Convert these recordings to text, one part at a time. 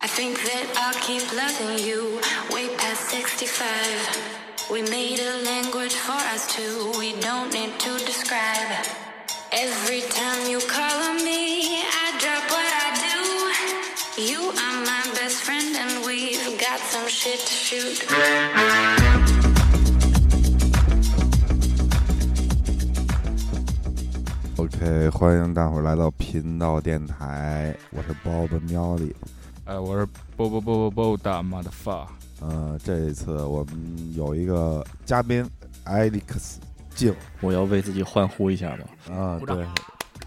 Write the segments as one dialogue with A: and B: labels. A: I think that I'll keep loving you way past 65. We made a language for us two, we don't need to describe. Every time you call on me, I drop what I do. You are my best friend, and we've got some shit to shoot.
B: ？OK，欢迎大伙儿来到频道电台，我是包子喵里。
C: 哎，我是啵啵啵啵啵的妈的发，
B: 呃，这一次我们有一个嘉宾艾利克斯静
D: 我要为自己欢呼一下吗？
B: 啊，
C: 鼓掌
B: 对，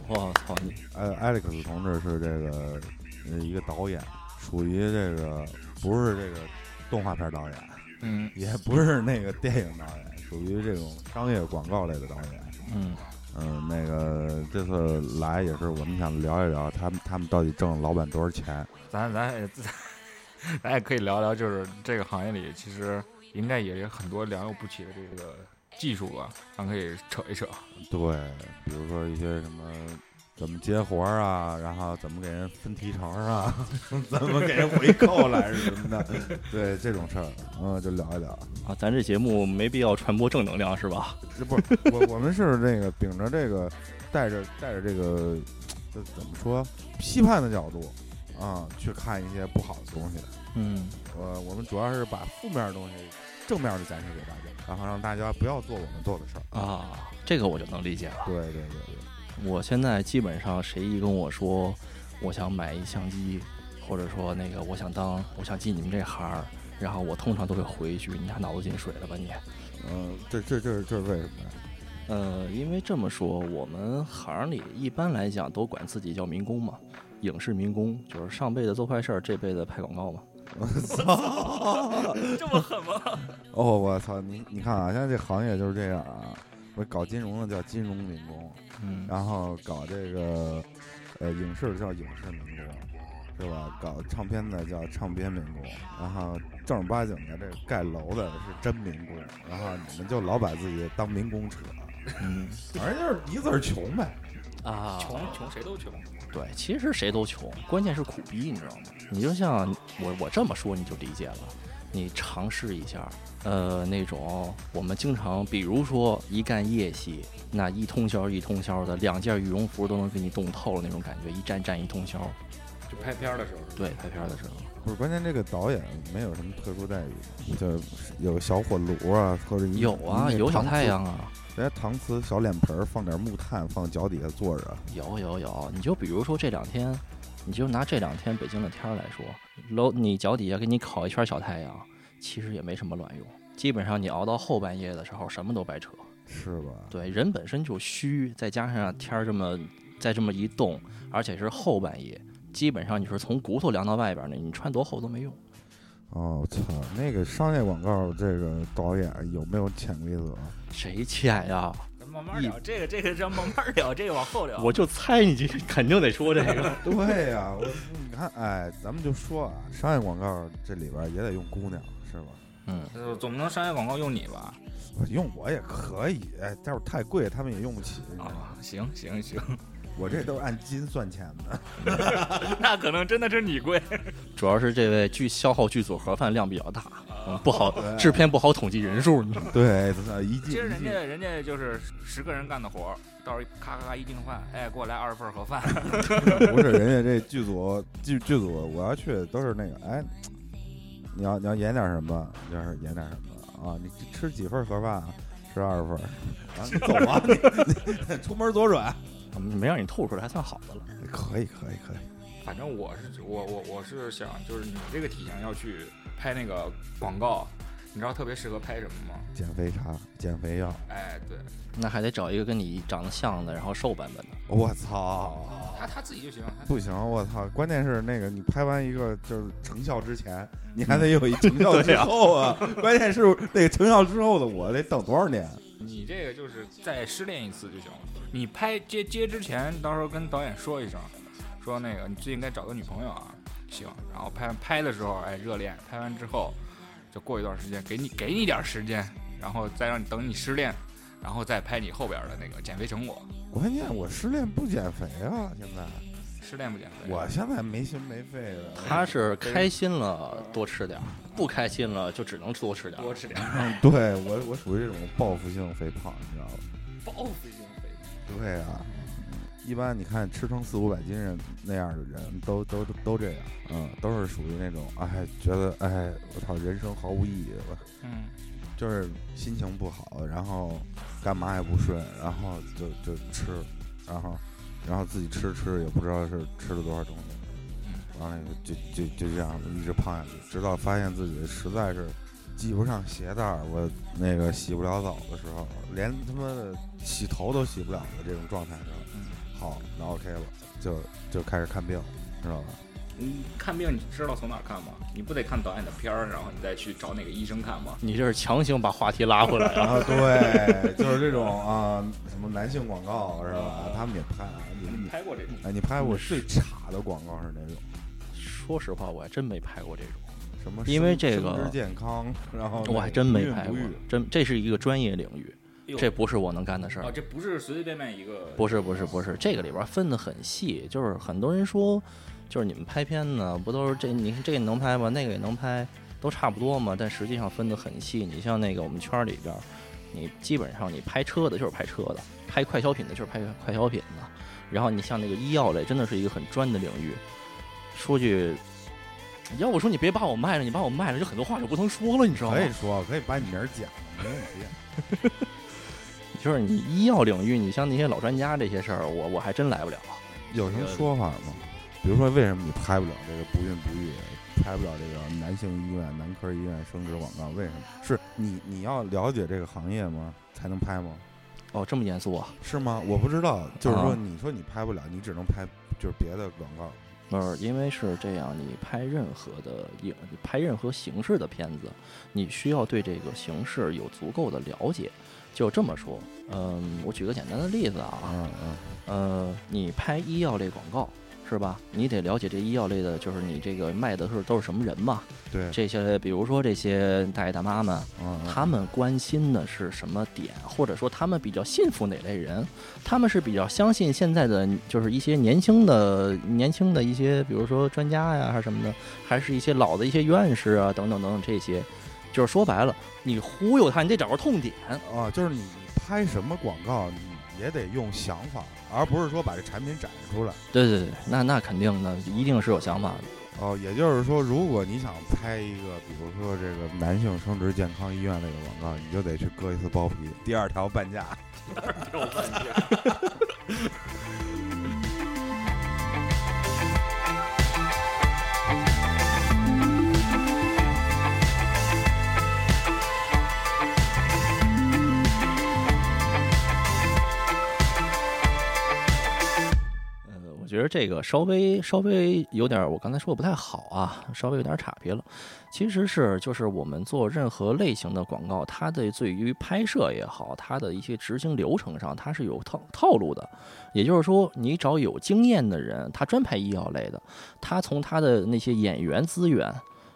D: 我操你！
B: 呃，艾利克斯同志是这个呃一个导演，属于这个不是这个动画片导演，
C: 嗯，
B: 也不是那个电影导演，属于这种商业广告类的导演。
D: 嗯，
B: 嗯，那个这次来也是我们想聊一聊他们他们到底挣老板多少钱。
C: 咱咱也 咱也可以聊聊，就是这个行业里其实应该也有很多良莠不齐的这个技术吧，咱可以扯一扯。
B: 对，比如说一些什么怎么接活儿啊，然后怎么给人分提成儿啊， 怎么给人回扣来是什么的，对这种事儿，嗯，就聊一聊。
D: 啊，咱这节目没必要传播正能量是吧？
B: 这不，我我们是这个秉着这个带着带着这个这怎么说批判的角度啊、去看一些不好的东西。
D: 嗯，
B: 呃，我们主要是把负面的东西正面的展示给大家，然后让大家不要做我们做的事儿。
D: 啊，这个我就能理解了。
B: 对对对对。
D: 我现在基本上谁一跟我说我想买一相机，或者说那个我想当我想进你们这行儿，然后我通常都会回一句：“你俩脑子进水了吧你
B: 嗯，这这这这是为什么呀？？”
D: 呃，因为这么说，我们行里一般来讲都管自己叫民工嘛，影视民工就是上辈子做坏事儿，这辈子拍广告嘛。
B: 哦，我操！你你看啊，现在这行业就是这样啊。我搞金融的叫金融民工，
D: 嗯
B: 然后搞这个呃影视的叫影视民工，对吧？搞唱片的叫唱片民工，然后正儿八经的这个盖楼的是真民工，然后你们就老把自己当民工扯，
D: 嗯
B: 反正就是一字儿穷呗。
D: 啊，
C: 穷谁都穷，
D: 对，其实谁都穷，关键是苦逼，你知道吗？你就像我我这么说你就理解了。你尝试一下，呃，那种我们经常，比如说一干夜戏，那一通宵一通宵的，两件羽绒服都能给你冻透了那种感觉，一站站一通宵。
C: 就拍片儿的时候。
D: 对，拍片儿的时候，
B: 不是，关键这个导演没有什么特殊待遇，就是有小火炉啊，或者一
D: 有啊，
B: 一那
D: 有小
B: 搪
D: 太
B: 瓷
D: 阳啊，
B: 人家搪瓷小脸盆儿放点木炭，放脚底下坐着，
D: 有有有。你就比如说这两天，你就拿这两天北京的天儿来说，楼你脚底下给你烤一圈小太阳，其实也没什么卵用，基本上你熬到后半夜的时候，什么都白扯。
B: 是吧？
D: 对，人本身就虚，再加上天儿这么再这么一冻，而且是后半夜，基本上你是从骨头凉到外边儿的，你穿多厚都没用。
B: 哦，操！那个商业广告，这个导演有没有潜规则？
D: 谁欠呀？
E: 咱慢慢聊，这个这个咱慢慢聊，这个往后聊。
D: 我就猜你这肯定得说这个。
B: 对呀、我你看，哎，咱们就说啊，商业广告这里边也得用姑娘，是吧？
D: 嗯，
C: 就是呃总不能商业广告用你吧？
B: 我用我也可以，哎，待会儿太贵，他们也用不起。你知道吗
C: 啊，行行行，
B: 我这都是按斤算钱的。
E: 那可能真的是你贵，
D: 主要是这位剧消耗剧组盒饭量比较大，嗯、不好制片不好统计人数。你知道吗
B: 对，一
C: 其
B: 斤一
C: 实人家
B: 斤。
C: 人家就是十个人干的活儿，到时候一咔咔咔一订饭，哎，给我来二十份儿盒饭。
B: 不是人家这剧组剧剧组，我要去都是那个，哎，你要你要演点什么，就是演点什么啊？你吃几份盒饭啊？吃二 十份儿，啊，你走啊，你 你出门左转。
D: 嗯没让你吐出来还算好的了。
B: 可以，可以，可以。
C: 反正我是我我我是想，就是你这个体型要去拍那个广告，你知道特别适合拍什么吗？
B: 减肥茶、减肥药。
C: 哎，对，
D: 那还得找一个跟你长得像的，然后瘦版本的。
B: 我操！
C: 他他自己就行。他
B: 不行，我操！关键是那个，你拍完一个就是成效之前，你还得有一成效之后啊。关键是那个成效之后的我得等多少年？
C: 你这个就是再失恋一次就行了。你拍接接之前，到时候跟导演说一声，说那个你最近该找个女朋友啊。行，然后拍拍的时候，哎，热恋，拍完之后，就过一段时间，给你给你点儿时间，然后再让你等你失恋，然后再拍你后边儿的那个减肥成果。
B: 关键我失恋不减肥啊，现在
C: 失恋不减肥。
B: 我现在没心没肺的，
D: 他是开心了多吃点儿，不开心了就只能多吃点儿。
C: 多吃 点，
B: 对我我属于这种报复性肥胖，你知道吧？
C: 报复性肥
B: 对啊，一般你看吃成四五百斤人那样的人都都都都这样，嗯，都是属于那种哎觉得哎我操人生毫无意义了，
C: 胖。嗯，
B: 就是心情不好，然后干嘛也不顺，然后就就吃，然后然后自己吃吃也不知道是吃了多少东西，完了就就就这样一直胖下去，直到发现自己实在是系不上鞋带儿，我那个洗不了澡的时候，连他妈的洗头都洗不了的这种状态的时
C: 嗯
B: 候，好，那 OK 了，就就开始看病，知道吧？
C: 你嗯看病你知道从哪儿看吗？你不得看导演的片儿，然后你再去找哪个医生看吗？
D: 你这是强行把话题拉回来啊！
B: 啊，对，就是这种啊，什么男性广告是吧？他们也拍，你你
C: 拍过这种，
B: 哎，你拍过最差的广告是哪种？
D: 说实话，我还真没拍过这种。
B: 什么生？
D: 因为这个
B: 生殖健康， 然后
D: 我还真没
B: 孕
D: 拍
B: 不
D: 过
B: 育，
D: 真这是一个专业领域
C: 哎呦，
D: 这不是我能干的事
C: 哦，
D: 儿。
C: 这不是随随便便一个，
D: 不是不是不是，这个里边分得很细，就是很多人说，就是你们拍片呢，不都是这你这个能拍吗？那个也能拍，都差不多嘛。但实际上分得很细，你像那个我们圈儿里边儿，你基本上你拍车的就是拍车的，拍快消品的就是拍快消品的，然后你像那个医药类，真的是一个很专的领域。说句，要我说你别把我卖了，你把我卖了，这很多话就不能说了，你知道吗
B: 可？以说可以把你名儿讲，没问题。
D: 就是你医药领域，你像那些老专家这些事儿，我我还真来不了。
B: 有什么说法吗？比如说，为什么你拍不了这个不孕不育，拍不了这个男性医院、男科医院生殖广告？为什么？是你你要了解这个行业吗？才能拍吗？
D: 哦，这么严肃啊？
B: 是吗？我不知道，就是说，
D: 啊
B: 你说你拍不了，你只能拍就是别的广告。
D: 不是，呃因为是这样，你拍任何的影，拍任何形式的片子，你需要对这个形式有足够的了解。就这么说，嗯，我举个简单的例子啊，
B: 嗯嗯，
D: 呃，你拍医药类广告是吧？你得了解这医药类的，就是你这个卖的是都是什么人嘛？
B: 对，
D: 这些，比如说这些大爷大妈们，
B: 嗯嗯
D: 他们关心的是什么点，或者说他们比较信服哪类人？他们是比较相信现在的，就是一些年轻的、年轻的一些，比如说专家呀，还是什么的，还是一些老的一些院士啊，等等等等这些。就是说白了，你忽悠他，你得找着痛点。
B: 啊，就是你拍什么广告，你也得用想法，而不是说把这产品展示出来。
D: 对对对，那那肯定的，一定是有想法的。
B: 哦，也就是说，如果你想拍一个，比如说这个男性生殖健康医院那个广告，你就得去割一次包皮，第二条半价。
D: 呃，我觉得这个稍微稍微有点儿，我刚才说的不太好啊，稍微有点儿岔题了。其实是就是我们做任何类型的广告，它的对于拍摄也好，它的一些执行流程上，它是有套套路的。也就是说，你找有经验的人，他专拍医药类的，他从他的那些演员资源。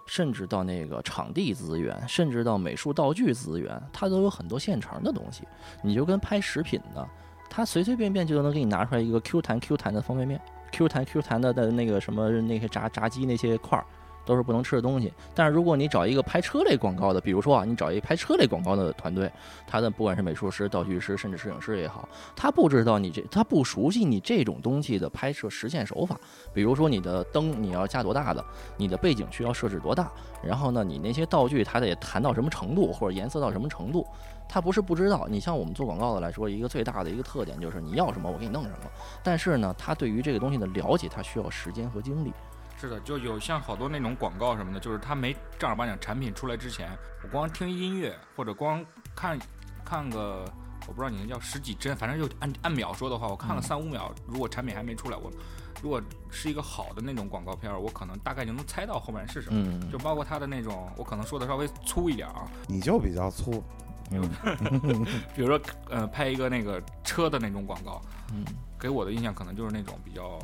D: 甚至到那个场地资源，甚至到美术道具资源，它都有很多现成的东西。你就跟拍食品的，他随随便便就能给你拿出来一个 Q 弹 Q 弹的方便面，Q 弹 Q 弹的的那个什么那些炸炸鸡那些块儿，都是不能吃的东西。但是如果你找一个拍车类广告的，比如说啊，你找一拍车类广告的团队，他的不管是美术师、道具师，甚至摄影师也好，他不知道你这，他不熟悉你这种东西的拍摄实现手法。比如说你的灯你要加多大的，你的背景需要设置多大，然后呢，你那些道具它得谈到什么程度，或者颜色到什么程度。他不是不知道，你像我们做广告的来说，一个最大的一个特点就是你要什么我给你弄什么。但是呢，他对于这个东西的了解，他需要时间和精力。
C: 是的，就有像好多那种广告什么的，就是他没正儿八经产品出来之前，我光听音乐或者光看看个，我不知道你那叫十几帧，反正就按按秒说的话，我看了三五秒，如果产品还没出来，我如果是一个好的那种广告片儿，我可能大概就能猜到后面是什么。
D: 嗯，
C: 就包括它的那种，我可能说的稍微粗一点啊，
B: 你就比较 粗，
C: 比如说，呃，拍一个那个车的那种广告，
D: 嗯
C: 给我的印象可能就是那种比较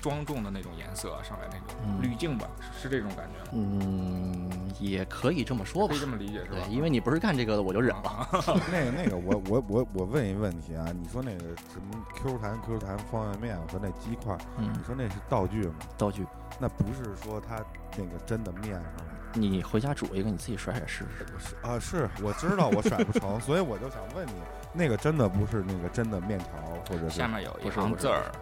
C: 庄重的那种颜色上来那种
D: 嗯
C: 滤镜吧，是是这种感觉吗，
D: 嗯，也可以这么说吧
C: 可以。这么理解是吧
D: 哦对，？因为你不是干这个的，我就忍了。
C: 啊
B: 那个那个，我我我我问一问题啊，你说那个什么 Q 弹 Q 弹方便面，我说那鸡块，你
D: 嗯，
B: 说那是道具吗？
D: 道具，
B: 那不是说它那个真的面上了
D: 你回家煮一个，你自己甩甩试试。
B: 啊？是我知道我甩不成，所以我就想问你，那个真的不是那个真的面条，或者是
C: 下面有一
D: 不是
C: 行
D: 不是
C: 字儿，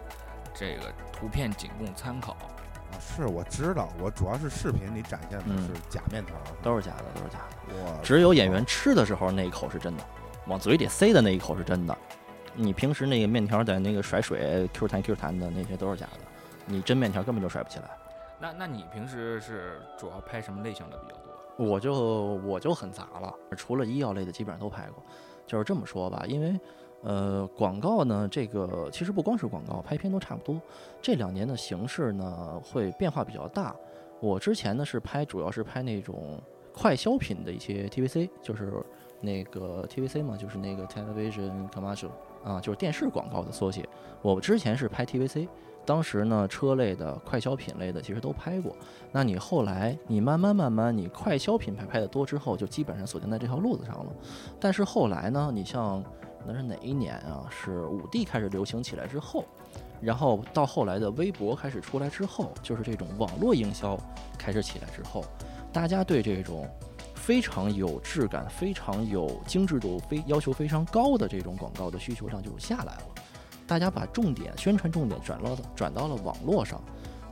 C: 这个图片仅供参考。
B: 啊？是我知道，我主要是视频里展现的
D: 嗯
B: 是假面条，
D: 都是假的，都是假的。
B: 哇，
D: 只有演员吃的时候那一口是真的，往嘴里塞的那一口是真的。你平时那个面条在那个甩水 Q 弹 Q 弹的那些都是假的，你真面条根本就甩不起来。
C: 那那你平时是主要拍什么类型的比较多？
D: 我就我就很杂了，除了医药类的基本上都拍过，就是这么说吧。因为呃，广告呢，这个其实不光是广告，拍片都差不多。这两年的形式呢会变化比较大。我之前呢是拍，主要是拍那种快消品的一些 TVC，就是那个 TVC 嘛，就是那个 Television Commercial 啊，就是电视广告的缩写。我之前是拍 TVC，当时呢车类的、快消品类的其实都拍过。那你后来你慢慢慢慢，你快消品牌拍的多之后，就基本上锁定在这条路子上了。但是后来呢，你像那是哪一年啊？是五 D 开始流行起来之后，然后到后来的微博开始出来之后，就是这种网络营销开始起来之后，大家对这种非常有质感、非常有精致度、非要求非常高的这种广告的需求上就下来了。大家把重点宣传重点转到转到了网络上，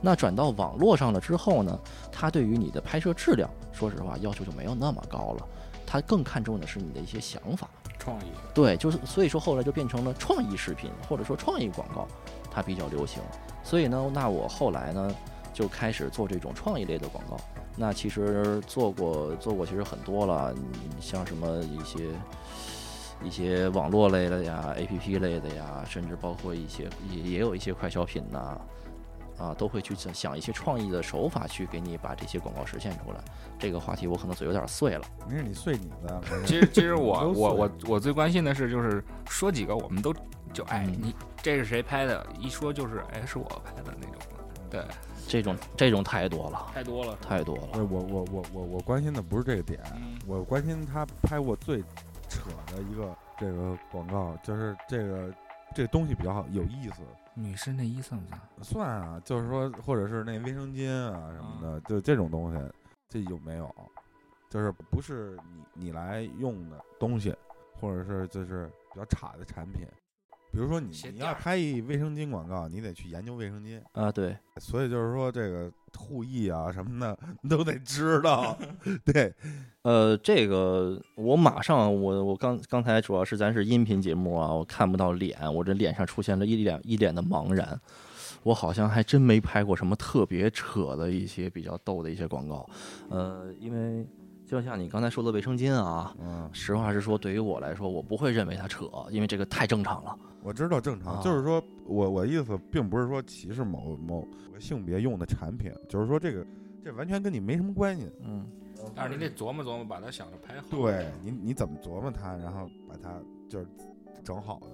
D: 那转到网络上了之后呢，它对于你的拍摄质量，说实话要求就没有那么高了，它更看重的是你的一些想法。
C: 创意
D: 对，就是所以说后来就变成了创意视频或者说创意广告，它比较流行。所以呢，那我后来呢就开始做这种创意类的广告。那其实做过做过其实很多了，嗯像什么一些一些网络类的呀、APP 类的呀，甚至包括一些也也有一些快消品呐、啊，都会去想想一些创意的手法去给你把这些广告实现出来。这个话题我可能嘴有点碎了，
B: 你是你碎你的，没事
C: 其实其 实我
B: 都碎
C: 我我我最关心的是，就是说几个我们都就哎，
D: 嗯
C: 你这是谁拍的？一说就是哎，是我拍的那种。对，
D: 这种这种太多了，
C: 太多了。
D: 太多了。
B: 我呃我我我我我关心的不是这个点，
C: 嗯
B: 我关心他拍过最扯的一个这个广告，就是这个这东西比较好有意思，
C: 女士内衣算不算？
B: 算啊，就是说或者是那卫生巾啊什么
C: 嗯
B: 的，就这种东西，这有没有？就是不是你你来用的东西，或者是就是比较差的产品，比如说你
C: 鞋
B: 你
C: 垫儿
B: 要拍一卫生巾广告，你得去研究卫生巾。
D: 啊，对，
B: 所以就是说，这个护翼啊什么的，你都得知道。 对，
D: 呃，这个我马上，我我刚刚才主要是咱是音频节目啊，我看不到脸，我这脸上出现了一脸一脸的茫然。我好像还真没拍过什么特别扯的一些比较逗的一些广告，呃，因为就像你刚才说的卫生巾啊，
B: 嗯，
D: 实话实说，对于我来说，我不会认为它扯，因为这个太正常了。
B: 我知道正常，
D: 啊
B: 就是说我我意思并不是说歧视某某个性别用的产品，就是说这个这完全跟你没什么关系。
D: 嗯，
C: 但是你得琢磨琢磨，把它想着拍好。
B: 对你你怎么琢磨它，然后把它就是整好的，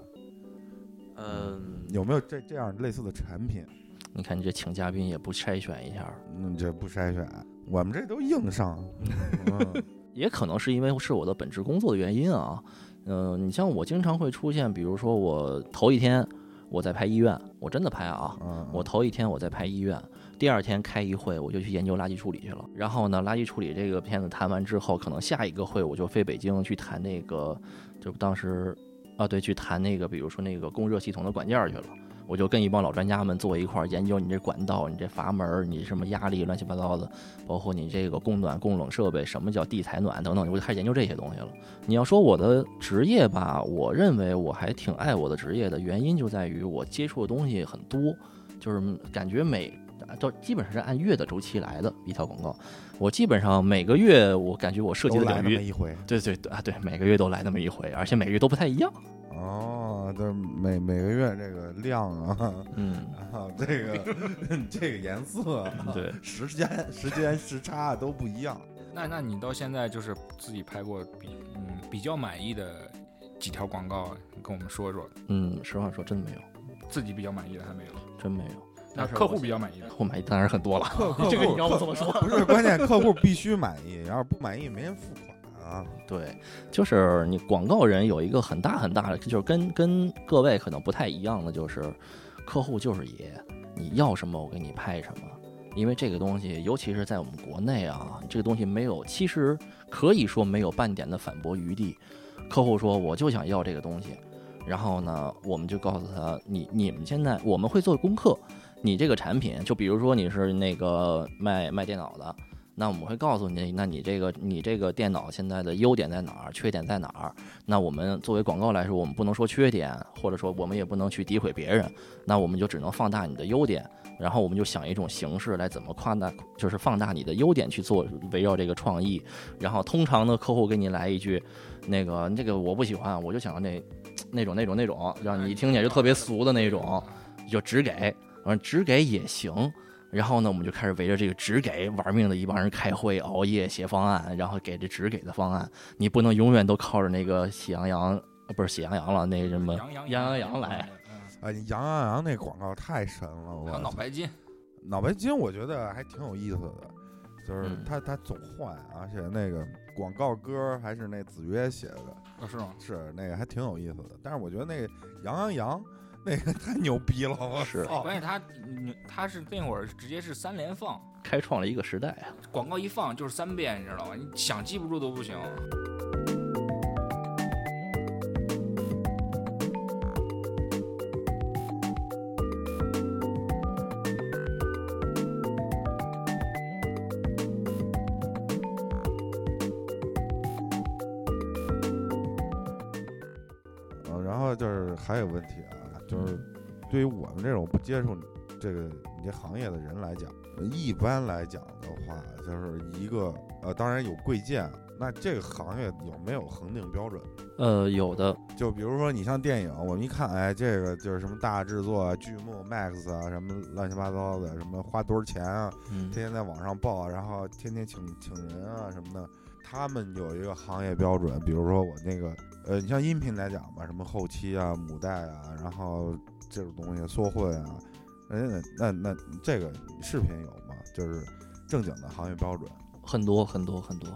D: 嗯，
B: 有没有这这样类似的产品？
D: 你看你这请嘉宾也不筛选一下儿，
B: 嗯，这不筛选，我们这都硬上。 嗯，
D: 也可能是因为是我的本职工作的原因啊。嗯、你像我经常会出现，比如说我头一天我在拍医院，我真的拍啊，
B: 嗯
D: 我头一天我在拍医院，第二天开一会我就去研究垃圾处理去了。然后呢，垃圾处理这个片子谈完之后，可能下一个会我就飞北京去谈那个，就当时啊对，去谈那个，比如说那个供热系统的管件儿去了。我就跟一帮老专家们坐一块儿研究你这管道、你这阀门儿、你什么压力乱七八糟的，包括你这个供暖、供冷设备，什么叫地采暖等等，我就开始研究这些东西了。你要说我的职业吧，我认为我还挺爱我的职业的，原因就在于我接触的东西很多，就是感觉每都基本上是按月的周期来的一条广告。我基本上每个月，我感觉我涉及
B: 都
D: 的
B: 来那
D: 领
B: 么
D: 域，
B: 一回。
D: 对对对啊，对，每个月都来那么一回，而且每个月都不太一样。
B: 哦，这每每个月这个量啊，
D: 嗯，
B: 然后这 个这个颜色，啊
D: 对。
B: 时间、时间时差啊都不一样。
C: 那那你到现在就是自己拍过比嗯比较满意的几条广告，你跟我们说说。
D: 嗯，实话说，真没有，
C: 自己比较满意的还没有。
D: 真没有。
C: 那
D: 但是
C: 客户
D: 我
C: 比较满意。
D: 客户满意当然很多了，
B: 客 客户
E: 这个你让我怎么说？
B: 不是关键，客户必须满意，要是不满意没人付款啊。
D: 对，就是你广告人有一个很大很大的，就是跟跟各位可能不太一样的，就是客户就是爷，你要什么我给你拍什么。因为这个东西，尤其是在我们国内啊，这个东西没有，其实可以说没有半点的反驳余地。客户说我就想要这个东西，然后呢，我们就告诉他，你你们现在我们会做功课，你这个产品，就比如说你是那个卖卖电脑的，那我们会告诉你，那你这个你这个电脑现在的优点在哪儿，缺点在哪儿？那我们作为广告来说，我们不能说缺点，或者说我们也不能去诋毁别人，那我们就只能放大你的优点，然后我们就想一种形式来怎么夸大，就是放大你的优点去做，围绕这个创意。然后通常呢，客户给你来一句，那个这个我不喜欢，我就想要那那种那种那种，让你一听起来就特别俗的那种。就只给，完只给也行。然后呢，我们就开始围着这个只给玩命的一帮人开会、熬夜写方案，然后给这只给的方案。你不能永远都靠着那个喜羊羊，呃不是喜羊羊了，那什么
C: 羊羊
D: 羊羊羊来。
C: 嗯，
B: 啊，杨洋洋那广告太神了，我
C: 还有脑白金，
B: 脑白金我觉得还挺有意思的，就是
D: 嗯
B: 他他总换，而且那个广告歌还是那子曰写的，
C: 哦是吗？
B: 是那个还挺有意思的。但是我觉得那个杨洋洋那个太牛逼了，我
D: 是
B: 操！
C: 关键他你他是那会儿直接是三连放，
D: 开创了一个时代啊！
C: 广告一放就是三遍，你知道吗？你想记不住都不行。
B: 呃然后就是还有问题啊，就是
D: 嗯
B: 对于我们这种不接触这个你这行业的人来讲，一般来讲的话，就是一个呃，当然有贵贱，那这个行业有没有恒定标准？
D: 呃，有的
B: 就比如说你像电影，我们一看，哎，这个就是什么大制作啊、剧目 Max 啊，什么乱七八糟的，什么花多少钱啊，
D: 嗯
B: 天天在网上报，然后天天请请人啊什么的，他们有一个行业标准，比如说我那个，呃，你像音频来讲吧，什么后期啊、母带啊，然后这种东西缩混啊，人家那那那这个视频有吗？就是正经的行业标准，
D: 很多很多很多，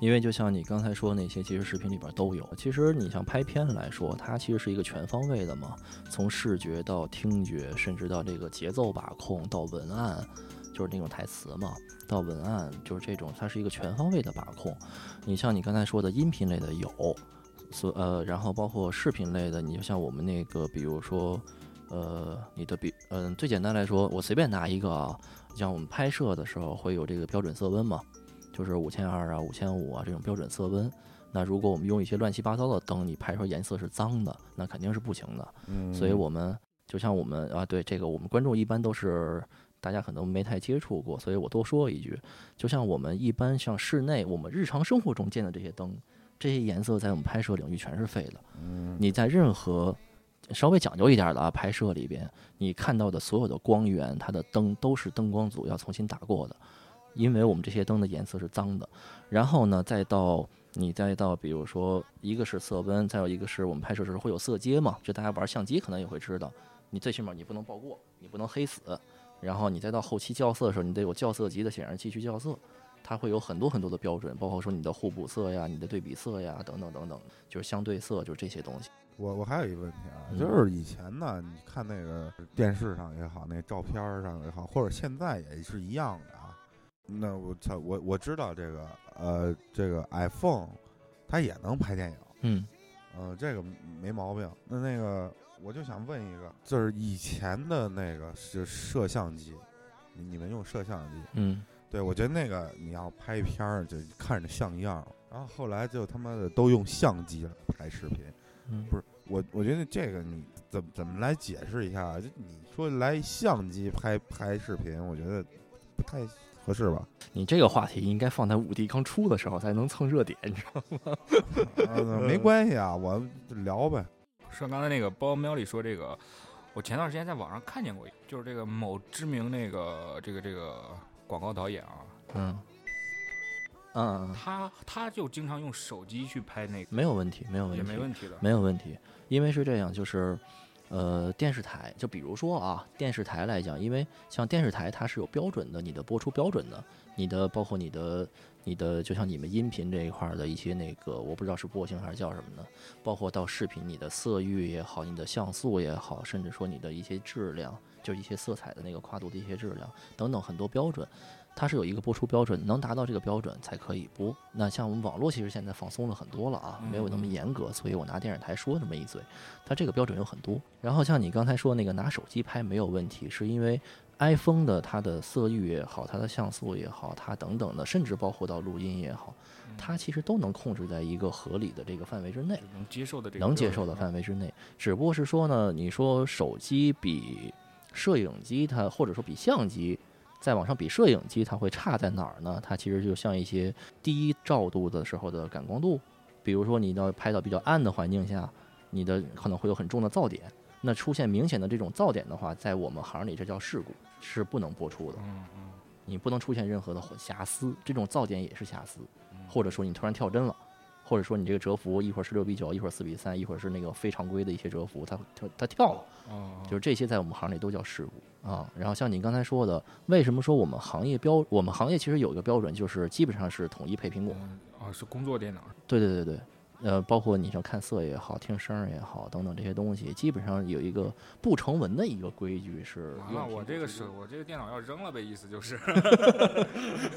D: 因为就像你刚才说那些，其实视频里边都有。其实你像拍片来说，它其实是一个全方位的嘛，从视觉到听觉，甚至到这个节奏把控，到文案，就是那种台词嘛，到文案就是这种，它是一个全方位的把控。你像你刚才说的音频类的有，所呃，然后包括视频类的，你就像我们那个，比如说。呃，你的比嗯、最简单来说，我随便拿一个啊，像我们拍摄的时候会有这个标准色温嘛，就是五千二啊、五千五啊这种标准色温。那如果我们用一些乱七八糟的灯，你拍出颜色是脏的，那肯定是不行的。
B: 嗯，
D: 所以我们就像我们啊，对这个我们观众一般都是大家可能没太接触过，所以我多说一句，就像我们一般像室内我们日常生活中见的这些灯，这些颜色在我们拍摄领域全是废的。
B: 嗯
D: 你在任何稍微讲究一点的啊拍摄里边，你看到的所有的光源，它的灯都是灯光组要重新打过的，因为我们这些灯的颜色是脏的。然后呢，再到你再到比如说，一个是色温，再有一个是我们拍摄时候会有色阶嘛，这大家玩相机可能也会知道，你最起码你不能爆过，你不能黑死。然后你再到后期校色的时候，你得有校色级的显示器去校色，它会有很多很多的标准，包括说你的互补色呀、你的对比色呀等等等等，就是相对色，就是这些东西。
B: 我我还有一个问题啊，
D: 嗯
B: 就是以前呢，你看那个电视上也好，那照片儿上也好，或者现在也是一样的啊。那我操，我我知道这个呃，这个 iPhone 它也能拍电影，
D: 嗯，
B: 嗯、这个没毛病。那那个我就想问一个，就是以前的那个是摄像机，你你们用摄像机？
D: 嗯
B: 对，我觉得那个你要拍片儿就看着像样儿，然后后来就他妈的都用相机了拍视频。
D: 嗯
B: 不是我我觉得这个你怎么怎么来解释一下？就你说来相机拍拍视频，我觉得不太合适吧？
D: 你这个话题应该放在五 D 刚出的时候才能蹭热点，你知道吗？
B: 呃没关系啊，我聊呗。
C: 说刚才那个包喵里说这个，我前段时间在网上看见过，就是这个某知名那个这个这个广告导演啊，
D: 嗯，嗯，
C: 他他就经常用手机去拍那个，
D: 没有问题，没有问
C: 也
D: 题，
C: 没问题的。
D: 没有问题，因为是这样，就是呃，电视台就比如说啊，电视台来讲，因为像电视台它是有标准的，你的播出标准的，你的包括你的你的，就像你们音频这一块儿的一些那个，我不知道是波形还是叫什么的，包括到视频，你的色域也好，你的像素也好，甚至说你的一些质量，就是一些色彩的那个跨度的一些质量等等很多标准，它是有一个播出标准，能达到这个标准才可以播。那像我们网络其实现在放松了很多了啊，没有那么严格，所以我拿电视台说那么一嘴，它这个标准有很多。然后像你刚才说那个拿手机拍没有问题，是因为 iPhone 的它的色域也好，它的像素也好，它等等的，甚至包括到录音也好，它其实都能控制在一个合理的这个范围之内。
C: 能接受的这个嗯
D: 能接
C: 标啊
D: 受
C: 准
D: 的范围之内。只不过是说呢，你说手机比摄影机它，或者说比相机，再往上比摄影机，它会差在哪儿呢？它其实就像一些低照度的时候的感光度，比如说你要拍到比较暗的环境下，你的可能会有很重的噪点。那出现明显的这种噪点的话，在我们行里这叫事故，是不能播出的。
C: 嗯嗯
D: 你不能出现任何的瑕疵，这种噪点也是瑕疵，或者说你突然跳帧了，或者说你这个折幅一会儿是六比九，一会儿四比三，一会儿是那个非常规的一些折幅，它它它跳了，
C: 哦，
D: 就是这些在我们行里都叫事故啊。然后像你刚才说的，为什么说我们行业标，我们行业其实有一个标准，就是基本上是统一配苹果。
C: 嗯哦是工作电脑，
D: 对对对对，呃，包括你像看色也好，听声儿也好，等等这些东西，基本上有一个不成文的一个规矩是
C: 完
D: 用
C: 了
D: 苹
C: 我
D: 果
C: 这个
D: 去
C: 是我这个电脑要扔了呗，意思就是，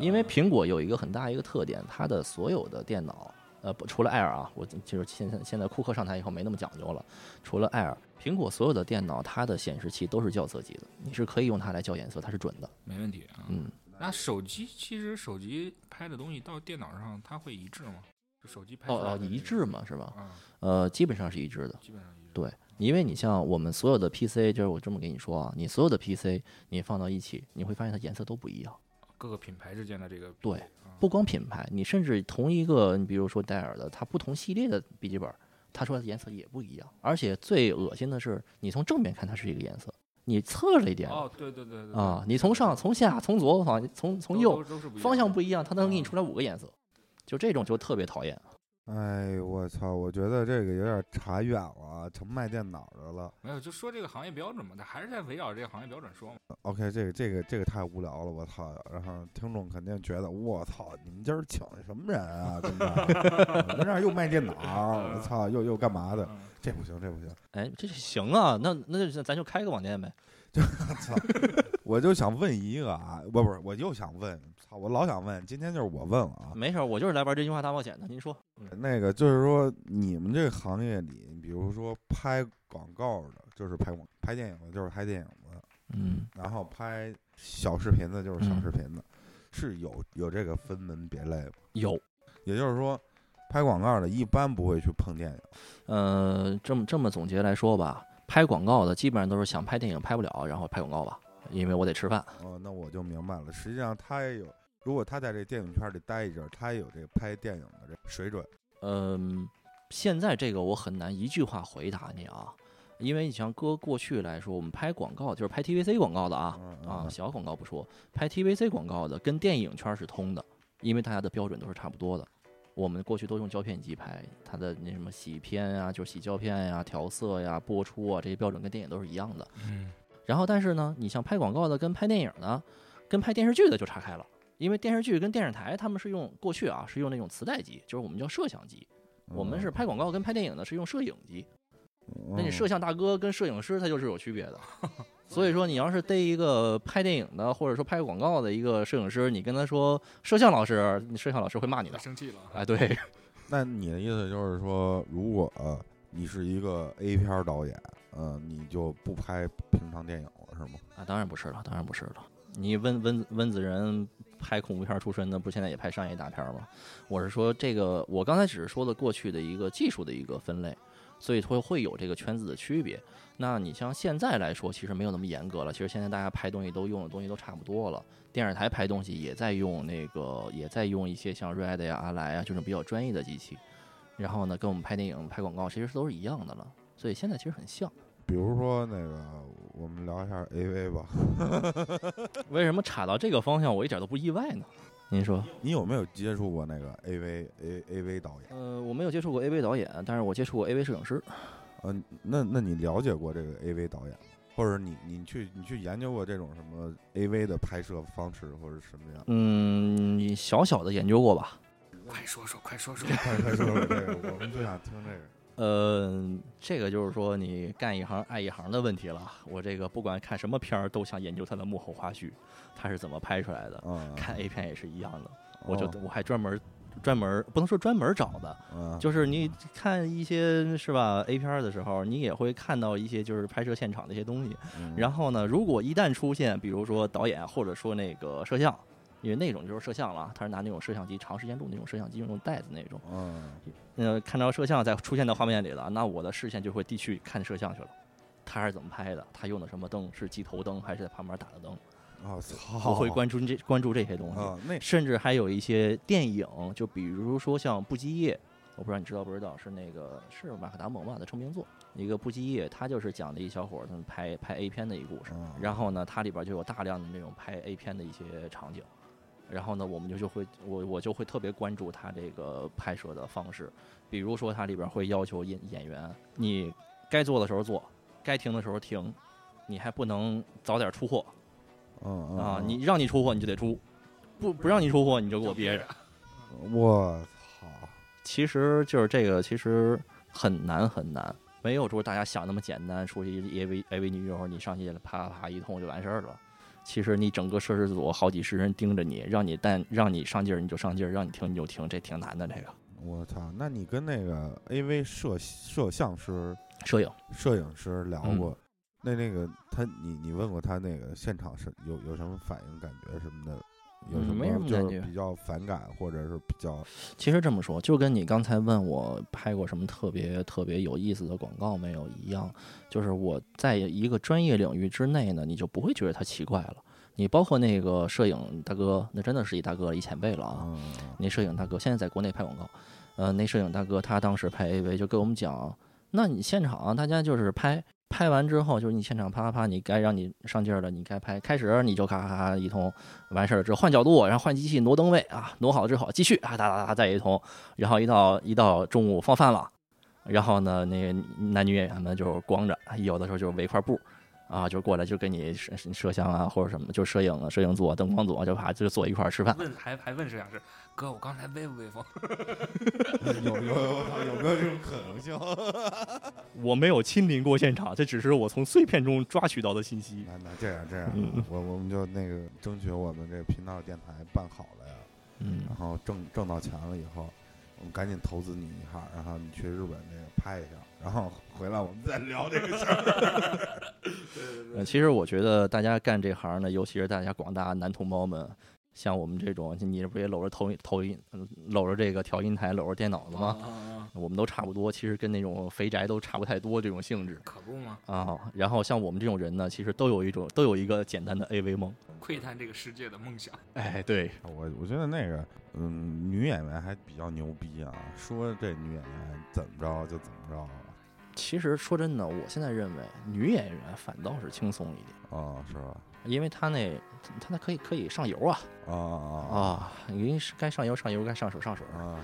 D: 因为苹果有一个很大一个特点，它的所有的电脑，呃，不除了 Air 啊，我就是现在现在库克上台以后没那么讲究了，除了 Air，苹果所有的电脑它的显示器都是校色级的，你是可以用它来校颜色，它是准的。
C: 没问题啊。
D: 嗯，
C: 那手机其实手机拍的东西到电脑上，它会一致吗？就手机拍出
D: 哦
C: 来
D: 哦，
C: 的
D: 一
C: 这个
D: 致嘛，是吧？
C: 啊，
D: 呃，基本上是一致的。
C: 基本上一致。
D: 对，因为你像我们所有的 PC，就是我这么跟你说啊，你所有的 PC 你放到一起，你会发现它颜色都不一样。
C: 各个品牌之间的这个
D: 对
C: 比例啊
D: 不光品牌，你甚至同一个，你比如说戴尔的，它不同系列的笔记本，它出来的颜色也不一样。而且最恶心的是，你从正面看它是一个颜色，你侧着一点
C: 哦，对对对对
D: 啊，你从上、从下、从左往从从右方向不
C: 一
D: 一样，它能给你出来五个颜色，就这种就特别讨厌。
B: 哎呦我操！我觉得这个有点查远了，啊成卖电脑的了。
C: 样，没有就说这个行业标准嘛，它还是在围绕这个行业标准说嘛。
B: OK，这个这个这个太无聊了，我操！然后听众肯定觉得我操，你们今儿请的什么人啊？真的， 你们这儿又卖电脑，我操，又又干嘛的？
C: 嗯
B: 这不行，这不行！
D: 哎，这行啊，那那就咱就开个网店呗。
B: 我就想问一个啊，不不是，我又想问，操，我老想问，今天就是我问了啊。
D: 没事儿，我就是来玩真心话大冒险的。您说，
B: 那个就是说，你们这个行业里，比如说拍广告的，就是拍广拍电影的，就是拍电影的，
D: 嗯，
B: 然后拍小视频的，就是小
D: 嗯
B: 视频的，是有有这个分门别类吗？
D: 有
B: 也就是说，拍广告的一般不会去碰电影。
D: 呃，这么这么总结来说吧，拍广告的基本上都是想拍电影拍不了，然后拍广告吧，因为我得吃饭。
B: 哦，那我就明白了。实际上，他也有，如果他在这电影圈里待一阵儿，他也有这拍电影的这水准。
D: 嗯、现在这个我很难一句话回答你啊，因为你像搁过去来说，我们拍广告就是拍 TVC 广告的啊
B: 嗯嗯
D: 啊
B: 嗯
D: 小广告不说，拍 TVC 广告的跟电影圈是通的，因为大家的标准都是差不多的。我们过去都用胶片机拍，它的那什么洗片啊，就是洗胶片呀、调色呀、播出啊，这些标准跟电影都是一样的。
C: 嗯，
D: 然后，但是呢，你像拍广告的跟拍电影呢，跟拍电视剧的就岔开了，因为电视剧跟电视台他们是用过去啊是用那种磁带机，就是我们叫摄像机，我们是拍广告跟拍电影呢是用摄影机，
B: 嗯，
D: 那你摄像大哥跟摄影师他就是有区别的。所以说，你要是逮一个拍电影的，或者说拍广告的一个摄影师，你跟他说摄像老师，你摄像老师会骂你
C: 别
D: 的。
C: 生气了。
D: 哎，对，
B: 那你的意思就是说，如果、呃你是一个 A 片儿导演，呃，你就不拍平常电影了，是吗？
D: 啊，当然不是了，当然不是了。你温温温子仁拍恐怖片出身的，不现在也拍商业大片吗？我是说这个，我刚才只是说了过去的一个技术的一个分类，所以会会有这个圈子的区别。那你像现在来说，其实没有那么严格了。其实现在大家拍东西都用的东西都差不多了，电视台拍东西也在用那个，也在用一些像 Red 呀、阿莱啊这种比较专业的机器。然后呢，跟我们拍电影、拍广告其实都是一样的了，所以现在其实很像。
B: 比如说那个，我们聊一下 AV 吧。
D: 为什么岔到这个方向，我一点都不意外呢？您说？
B: 你有没有接触过那个 AV A AV 导演？
D: 呃，我没有接触过 AV 导演，但是我接触过 AV 摄影师。
B: 呃，那那你了解过这个 AV 导演吗，或者你你去你去研究过这种什么 AV 的拍摄方式或者什么样？
D: 嗯，小小的研究过吧。
E: 快说说，快说说，
B: 快快说说这个，我们就想听这个。
D: 呃，这个就是说你干一行爱一行的问题了。我这个不管看什么片儿，都想研究它的幕后花絮，它是怎么拍出来的。
B: 嗯，
D: 看 A 片也是一样的，我就
B: 哦
D: 我还专门专门不能说专门找的，
B: 嗯，
D: 就是你看一些是吧 A 片儿的时候，你也会看到一些就是拍摄现场的一些东西。
B: 嗯
D: 然后呢，如果一旦出现，比如说导演或者说那个摄像，因为那种就是摄像了，他是拿那种摄像机长时间录那种摄像机用那种带子那种，
B: 嗯，
D: 呃，看到摄像再出现到画面里了，那我的视线就会地去看摄像去了。他是怎么拍的？他用的什么灯？是机头灯还是在旁边打的灯？
B: 我啊操，
D: 我会关注这关注这些东西。
B: 啊，那
D: 甚至还有一些电影，就比如说像《不羁夜》，我不知道你知道不知道，是那个是马克达蒙吧的成名作，一个《不羁夜》，它就是讲的一小伙儿他们拍拍 A 片的一故事。
B: 嗯
D: 然后呢，它里边就有大量的那种拍 A 片的一些场景。然后呢，我们就就会我我就会特别关注它这个拍摄的方式，比如说它里边会要求演演员，你该做的时候做，该停的时候停，你还不能早点出货，
B: 嗯嗯
D: 啊，
B: 嗯
D: 你让你出货你就得出，不不让你出货你就给我憋着。
B: 我操，
D: 其实就是这个，其实很难很难，没有说大家想那么简单，说一 AV AV 女友你上去啪啪啪一通就完事儿了。其实你整个摄制组好几十人盯着你，让你但让你上劲儿你就上劲儿，让你停你就停，这挺难的。这个
B: 我操，那你跟那个 AV 摄摄像师、
D: 摄影，
B: 摄影师聊
D: 嗯
B: 过？那那个他，你你问过他那个现场是有有什么反应、感觉什么的？有
D: 嗯
B: 什么
D: 没什么
B: 就
D: 感
B: 是
D: 觉
B: 比较反感，或者是比较
D: 其实这么说，就跟你刚才问我拍过什么特别特别有意思的广告没有一样，就是我在一个专业领域之内呢，你就不会觉得它奇怪了。你包括那个摄影大哥，那真的是一大哥一前辈了啊。
B: 嗯
D: 那摄影大哥现在在国内拍广告，呃，那摄影大哥他当时拍 AV 就跟我们讲，那你现场啊大家就是拍，拍完之后就是你现场啪啪啪，你该让你上劲儿了，你该拍，开始你就咔咔咔一通，完事儿了之后换角度，然后换机器挪灯位啊，挪好了之后继续啊哒哒哒再一通，然后一到一到中午放饭了，然后呢那个男女演员们就是光着，有的时候就是围块布。啊，就过来就跟你摄摄像啊，或者什么，就摄影啊、摄影组啊、灯光组啊，就啪就坐一块儿吃 饭。
E: 问还还问摄像师，哥，我刚才威不威风？
B: 有有有有没有这种可能性？
D: 我没有亲临过现场，这只是我从碎片中抓取到的信息。
B: 那那这样这样
D: 嗯，
B: 我我们就那个争取我们这个频道电台办好了呀，
D: 嗯
B: 然后挣挣到钱了以后，我们赶紧投资你一下，然后你去日本那个拍一下，然后回来我们再聊这个事儿。
D: 呃，其实我觉得大家干这行呢，尤其是大家广大男同胞们，像我们这种，你这不也搂着投影投影，嗯搂着这个调音台，搂着电脑的吗？
E: 啊，
D: 我们都差不多，其实跟那种肥宅都差不太多这种性质
E: 可不嘛，
D: 啊。然后像我们这种人呢，其实都有一种都有一个简单的 AV 梦。
E: 窥探这个世界的梦想。
D: 哎，对，
B: 我我觉得那个嗯，女演员还比较牛逼啊，说这女演员怎么着就怎么着了
D: 其实说真的，我现在认为女演员反倒是轻松一点，
B: 啊，是吧？
D: 因为她那她那可以可以上油啊。
B: 啊啊
D: 啊，你是该上油上油，该上手上手
B: 啊。啊！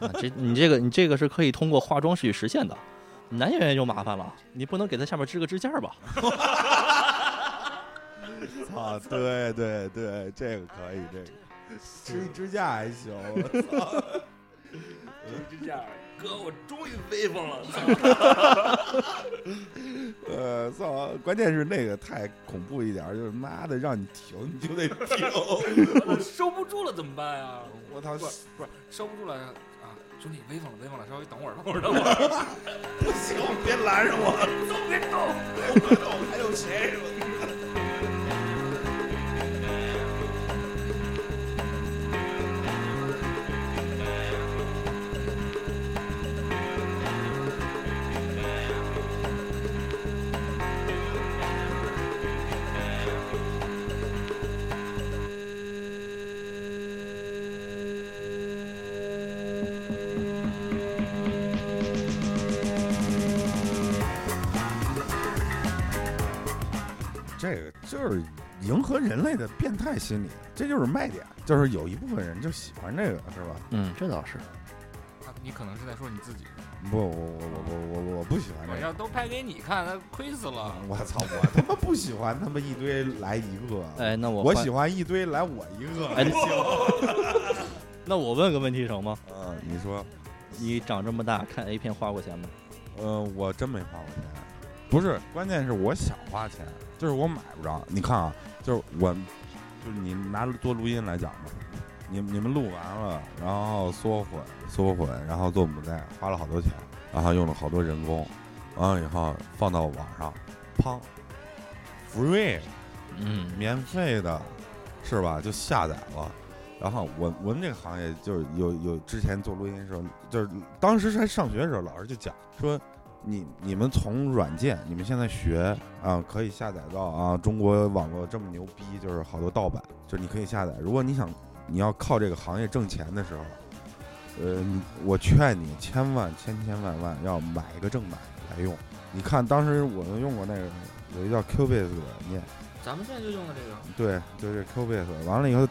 D: 啊这你这个你这个是可以通过化妆去实现的。男演员就麻烦了，你不能给他下面支个支架吧？
B: 操，啊对对对，这个可以，这 个支一支架还行。我操！
E: 就这样，哥，我终于威风了。
B: 呃，操！关键是那个太恐怖一点儿，就是妈的，让你停你就得 停。
E: 我收不住了怎么办呀？
B: 我操！
E: 不是不是收不住了啊！兄弟，威风了，威风了，稍微等会儿，等会儿，等会儿，
B: 不行，别拦着我，
E: 都别动。
B: 还有谁？这个就是迎合人类的变态心理，这就是卖点。就是有一部分人就喜欢这个，是吧？
D: 嗯，这倒是。
E: 啊你可能是在说你自己，
B: 不，我我我我我我不喜欢
C: 我
B: 这
C: 要
B: 个，
C: 都拍给你看，那亏死了。
B: 我操，我他妈不喜欢他妈一堆来一个，
D: 哎，那我
B: 我
D: 换
B: 喜欢一堆来我一个，
D: 哎， 那我问个问题成吗？
B: 嗯，你说，
D: 你长这么大看 A 片花过钱吗？
B: 呃，我真没花过钱，不是，关键是我想花钱，就是我买不着。你看啊，就是我，就是你拿做录音来讲吧，你你们录完了，然后缩混缩混，然后做母带，花了好多钱，然后用了好多人工，完了以后放到网上，砰，free
D: 嗯，
B: 免费的，是吧？就下载了。然后我我们这个行业就是有有之前做录音的时候，就是当时还上学的时候，老师就讲说，你你们从软件，你们现在学啊，可以下载到啊，中国网络这么牛逼，就是好多盗版，就是你可以下载。如果你想你要靠这个行业挣钱的时候，呃，你我劝你千万千千万万要买一个正版来用。你看当时我们用过那个有一个叫 Cubase 的软件。
E: 咱们现在就用的这个，
B: 对，就是 Cubase。完了以后，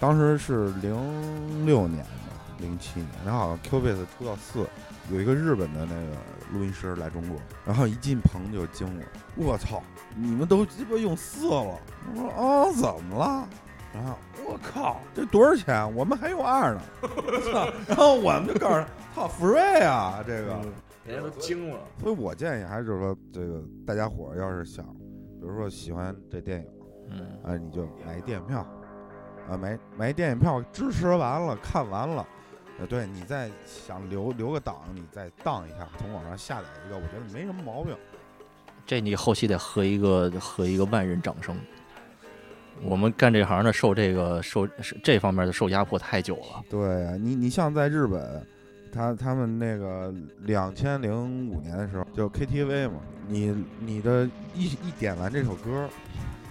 B: 当时是零六年吧，零七年，然后好像 Cubase 出到四，有一个日本的那个录音师来中国，然后一进棚就惊了，我操，你们都鸡巴用四了？我说哦，怎么了？然后我靠，这多少钱？我们还用二呢。 操然后我们就告诉他，操，free 啊，这个。
E: 人家都惊了。
B: 所以我建议还是就是说，这个大家伙儿要是想，比如说喜欢这电影。
D: 嗯，
B: 啊，你就买电影票，啊，买买电影票，支持完了，看完了，呃，对你再想留留个档，你再档一下，从网上下载一个，我觉得没什么毛病。
D: 这你后期得合一个合一个万人掌声。我们干这行的受这个受是这方面的受压迫太久了，
B: 对啊，你你像在日本，他他们那个两千零五年的时候，就 KTV 嘛，你你的一一点完这首歌，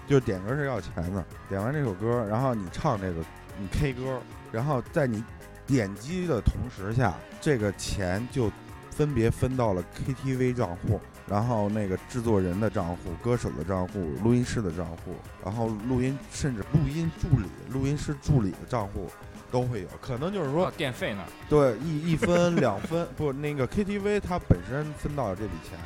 B: 就点歌是要钱的，点完这首歌，然后你唱这个你 K 歌，然后在你点击的同时下，这个钱就分别分到了 KTV 账户。然后那个制作人的账户、歌手的账户、录音师的账户，然后录音甚至录音助理、录音师助理的账户，都会有，可能就是说
C: 到，哦电费那儿，
B: 对一一分两分，不，那个 KTV 它本身分到这笔钱，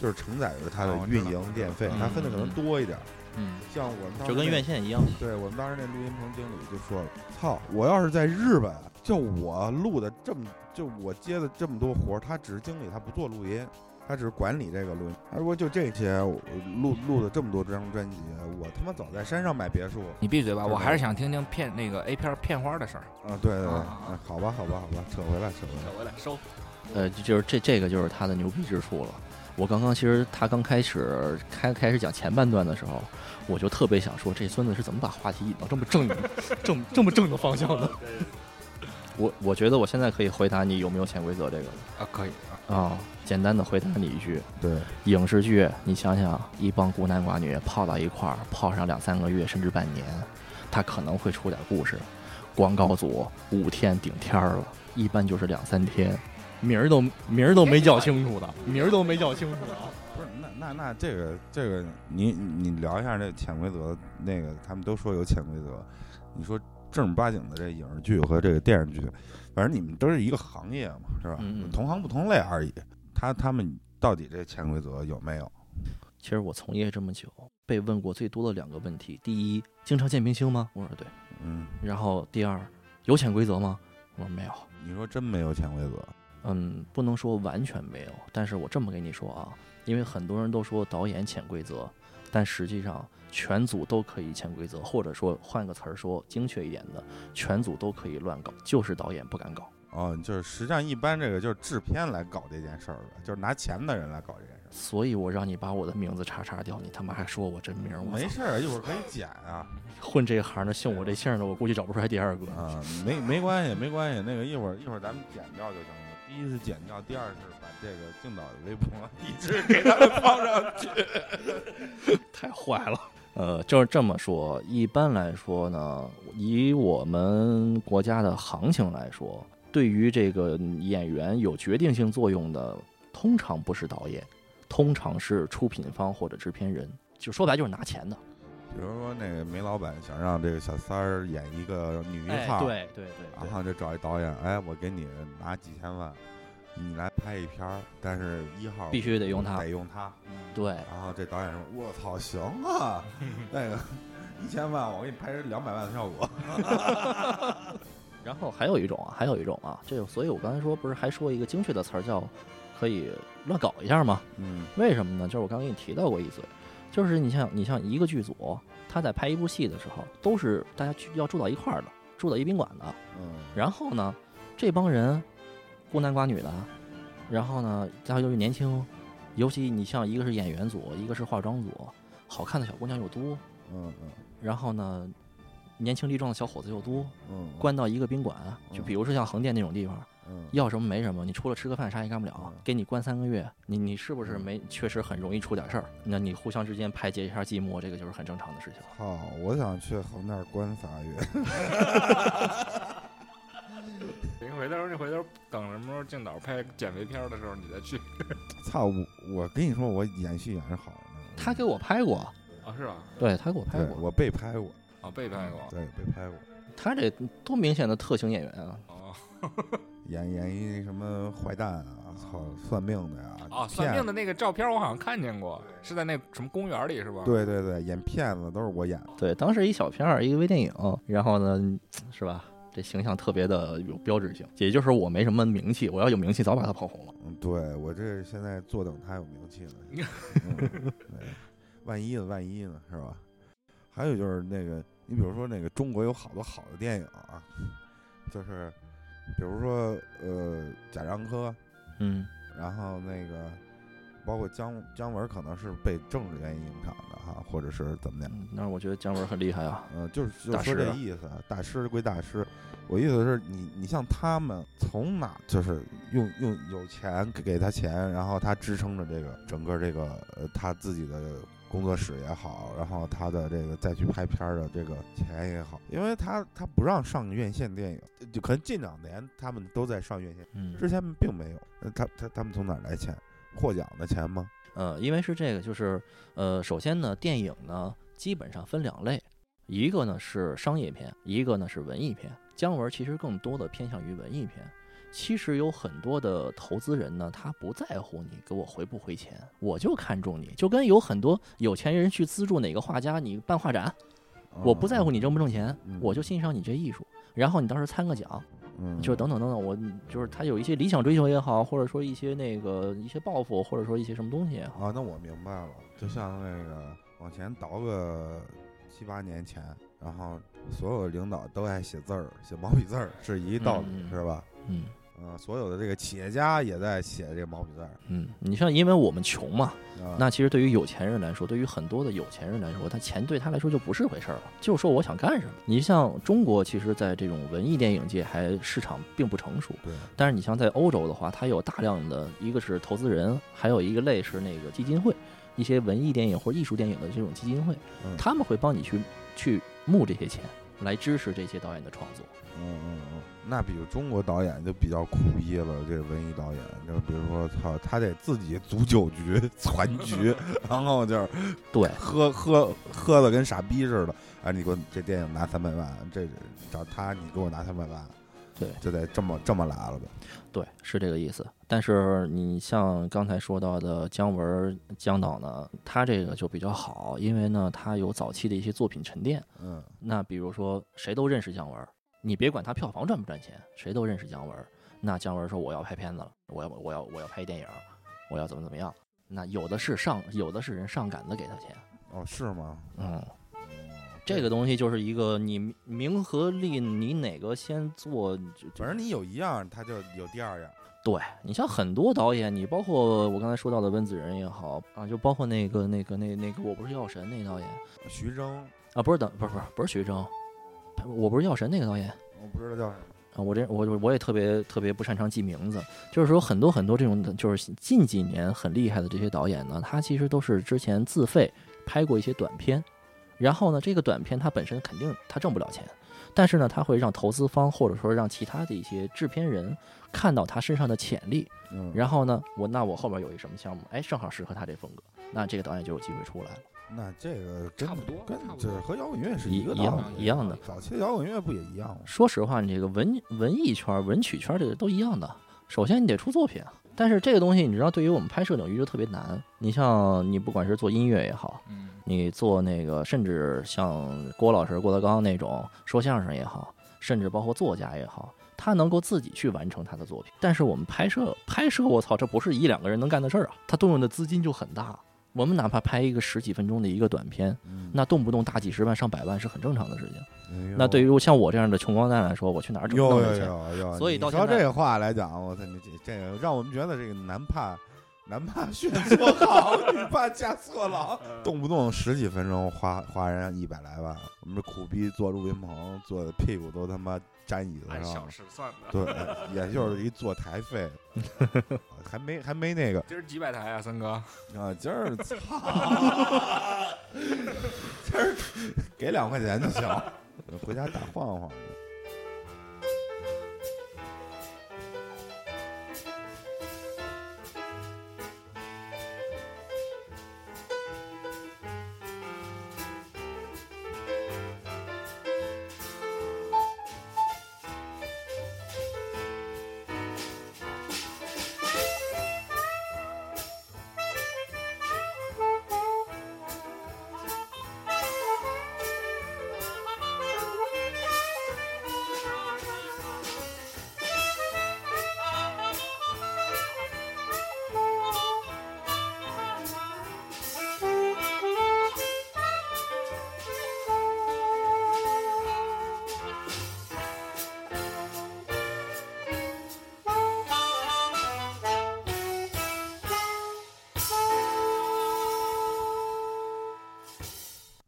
B: 就是承载着它的
C: 哦我知
B: 运
C: 道
B: 营电费
D: 嗯，
B: 它分的可能多一点。
D: 嗯，
B: 像我们当时
D: 就跟
B: 那
D: 院线一样，
B: 对我们当时那录音棚经理就说了：“操，我要是在日本，就我录的这么，就我接的这么多活儿，他只是经理，他不做录音，他只是管理这个录音。他说就这些，我录录了这么多张专辑，我他妈早在山上买别墅了。”
C: 你闭嘴吧！
B: 我
C: 我
B: 还
C: 还
B: 是
C: 是想听听骗那个 A 片片花的事儿。
B: 啊，对对对，
C: 啊啊
B: 啊好吧，好吧，好吧，扯回来，扯回来。
C: 回来收。
D: 呃，就就是这这个就是他的牛逼之处了。我刚刚其实他刚开始开开始讲前半段的时候，我就特别想说，这孙子是怎么把话题引到这么正正这么正的方向的？ 我我觉得我现在可以回答你有没有潜规则这个了
C: 啊，可以啊，
D: 啊、简单的回答你一句，
B: 对，
D: 影视剧，你想想，一帮孤男寡女泡到一块儿，泡上两三个月甚至半年，他可能会出点故事。广告组五天顶天儿了，一般就是两三天，名儿都名儿都没叫清楚的，名儿都没叫清楚的啊。
B: 不是，那那那这个这个，你你聊一下这潜规则，那个他们都说有潜规则，你说正儿八经的这影视剧和这个电视剧，反正你们都是一个行业嘛，是吧？
D: 嗯嗯
B: 同行不同类而已。他他们到底这潜规则有没有？
D: 其实我从业这么久，被问过最多的两个问题：第一，经常见明星吗？我说对。
B: 嗯，
D: 然后第二，有潜规则吗？我说没有。
B: 你说真没有潜规则？
D: 嗯，不能说完全没有，但是我这么跟你说啊，因为很多人都说导演潜规则，但实际上全组都可以潜规则，或者说换个词儿说精确一点的，全组都可以乱搞，就是导演不敢搞。
B: 哦，就是实际上一般这个就是制片来搞这件事儿的，就是拿钱的人来搞这件事儿。
D: 所以我让你把我的名字叉叉掉，你他妈还说我真名儿，我
B: 没
D: 操
B: 事儿，一会儿可以剪啊。
D: 混这行的，姓我这姓的，我估计找不出来第二个。
B: 啊，没没关系，没关系。那个一会儿一会儿咱们剪掉就行了。第一是剪掉，第二是把这个静导的微博一直给他们放 上去。
D: 太坏了。 呃，就是这么说。一般来说呢，以我们国家的行情来说，对于这个演员有决定性作用的，通常不是导演，通常是出品方或者制片人。就说白了就是拿钱的。
B: 比如说那个梅老板想让这个小三儿演一个女一号，，
D: 哎
B: 啊
D: 对对对
B: 哎然后就找一导演，哎，我给你拿几千万，你来拍一片儿，但是一号
D: 必须得用它
B: 得用它。
D: 对，
B: 然后这导演说：“我操，行啊，那个一千万，我给你拍成两百万的效 果。
D: 然后还有一种啊，还有一种啊，这个所以我刚才说不是还说一个精确的词儿叫可以乱搞一下吗？”
B: 嗯
D: 为什么呢？就是我刚刚给你提到过一嘴，就是你像你像一个剧组，他在拍一部戏的时候，都是大家去要住到一块儿的，住到一宾馆的。
B: 嗯
D: 然后呢，这帮人孤男寡女的，然后呢，再又是年轻，尤其你像一个是演员组，一个是化妆组，好看的小姑娘又多，
B: 嗯嗯
D: 然后呢，年轻力壮的小伙子又多，
B: 嗯，
D: 关到一个宾馆，就比如说像横店那种地方，
B: 嗯
D: 要什么没什么，你除了吃个饭啥也干不了
B: 嗯，
D: 给你关三个月，你你是不是没确实很容易出点事儿？那你互相之间排解一下寂寞，这个就是很正常的事情。
B: 操，哦我想去横店关仨月。
C: 你回头你回头等什么时候静导拍减肥片儿的时候，你再去。
B: 操，我我跟你说，我演戏演是好着呢。
D: 他给我拍过，
C: 啊，是吧？
D: 对他给我拍
B: 对
D: 过，
B: 我被拍过，
C: 啊，被拍过。
B: 对被拍过，
D: 他这多明显的特型演员啊！
C: 哦，
B: 演演一什么坏蛋啊，操，算命的呀，
C: 啊，
B: 骗子
C: 算命的那个照片我好像看见过，是在那什么公园里是吧？
B: 对对对，演骗子都是我演的。
D: 对，当时一小片儿，一个微电影，然后呢，是吧？这形象特别的有标志性，也就是我没什么名气，我要有名气早把他捧红了。
B: 嗯，对我这现在坐等他有名气 呢。嗯对万一呢？万一呢？是吧？还有就是那个，你比如说那个中国有好多好的电影啊，就是比如说呃贾樟柯，
D: 嗯，
B: 然后那个包括姜姜文，可能是被政治原因影响的哈、或者是怎么样。
D: 嗯但是我觉得姜文很厉害啊。
B: 嗯，就是就
D: 大
B: 是说
D: 师
B: 这
D: 啊
B: 意思，啊，大师归大师，我意思是你你像他们从哪就是用用有钱给给他钱，然后他支撑着这个整个这个呃他自己的工作室也好，然后他的这个再去拍片儿的这个钱也好，因为他他不让上院线电影，就可能近两年他们都在上院线，
D: 嗯
B: 之前并没有，那他他他们从哪儿来钱？获奖的钱吗？
D: 呃，因为是这个，就是呃，首先呢，电影呢基本上分两类，一个呢是商业片，一个呢是文艺片。姜文其实更多的偏向于文艺片。其实有很多的投资人呢，他不在乎你给我回不回钱，我就看中你，就跟有很多有钱人去资助哪个画家，你办画展，我不在乎你挣不挣钱
B: 哦嗯，
D: 我就欣赏你这艺术，然后你到时候参个奖，
B: 嗯，
D: 就是等等等等，我就是他有一些理想追求也好，或者说一些那个一些抱负，或者说一些什么东西也好，
B: 啊，那我明白了，就像那个往前倒个七八年前，然后所有领导都爱写字儿，写毛笔字儿是一道理，
D: 嗯嗯
B: 是吧？
D: 嗯。
B: 嗯，所有的这个企业家也在写这个毛笔字儿。
D: 嗯，你像因为我们穷嘛，
B: 啊、
D: 那其实对于有钱人来说，对于很多的有钱人来说，他钱对他来说就不是回事儿了。就说我想干什么。你像中国，其实，在这种文艺电影界还市场并不成熟，
B: 对，
D: 但是你像在欧洲的话，它有大量的一个是投资人，还有一个类是那个基金会，一些文艺电影或者艺术电影的这种基金会
B: 嗯，
D: 他们会帮你去去募这些钱，来支持这些导演的创作。
B: 嗯嗯嗯。那比如中国导演就比较苦逼了，这个文艺导演，就比如说，操，他得自己组酒局、 攒局，然后就是
D: 对，
B: 喝喝喝的跟傻逼似的。啊，你给我这电影拿三百万，这找他，你给我拿三百万，
D: 对
B: 就得这么这么来了呗。
D: 对，是这个意思。但是你像刚才说到的姜文儿姜导呢，他这个就比较好，因为呢他有早期的一些作品沉淀。
B: 嗯
D: 那比如说谁都认识姜文儿，你别管他票房赚不赚钱，谁都认识姜文儿。那姜文儿说我要拍片子了，我要我要我要拍电影，我要怎么怎么样。那有的是上，有的是人上赶子给他钱。，
B: 哦，是吗？
D: 嗯，
B: 哦
D: 这个东西就是一个你名和利，你哪个先做，就就
B: 反正你有一样，他就有第二样。
D: 对你像很多导演，你包括我刚才说到的温子仁也好啊，就包括那个那个那那个我不是药神那个导演
B: 徐峥，
D: 啊，不是等不是不是不是徐峥，我不是药神那个导演
B: 我不知道叫什么。
D: 啊，我这我我也特别特别不擅长记名字，就是说很多很多这种的就是近几年很厉害的这些导演呢，他其实都是之前自费拍过一些短片，然后呢这个短片它本身肯定它挣不了钱，但是呢他会让投资方或者说让其他的一些制片人看到他身上的潜力。
B: 嗯，
D: 然后呢，我那我后边有一什么项目，哎，正好适合他这风格，那这个导演就有机会出来了。
B: 那这个真
C: 差
B: 的
C: 不多
B: 跟
C: 差不
B: 这
C: 多
B: 和摇滚乐是
D: 一
B: 个
D: 一
B: 道
D: 样
B: 理
D: 一样的。
B: 早期的摇滚乐不也一样吗？
D: 说实话，你这个文文艺圈、文曲圈这个都一样的。首先你得出作品啊。但是这个东西，你知道，对于我们拍摄领域就特别难。你像你不管是做音乐也好，
C: 嗯，
D: 你做那个，甚至像郭老师、郭德纲那种说相声也好，甚至包括作家也好，他能够自己去完成他的作品。但是我们拍摄，拍摄，我操，这不是一两个人能干的事儿啊！他动用的资金就很大。我们哪怕拍一个十几分钟的一个短片，那动不动大几十万、上百万是很正常的事情。
B: 嗯
D: 那对于像我这样的穷光蛋来说，我去哪儿整那
B: 有
D: 么
B: 有
D: 多钱？
B: 有有，
D: 所以
B: 你
D: 到
B: 说
D: 现在
B: 这个话来讲，我操，你这这个让我们觉得这个男怕男怕选错行， 女怕嫁错郎，动不动十几分钟花花人一百来万，我们这苦逼坐录音棚坐的屁股都他妈粘
C: 嗯
B: 椅子
E: 按
B: 上
E: 小
B: 了，
E: 时算的。
B: 对，也就是一坐台 费，还没还没那个
C: 今儿几百台啊，森哥，
B: 啊，今 儿操，今儿给两块钱就行，回家打晃晃。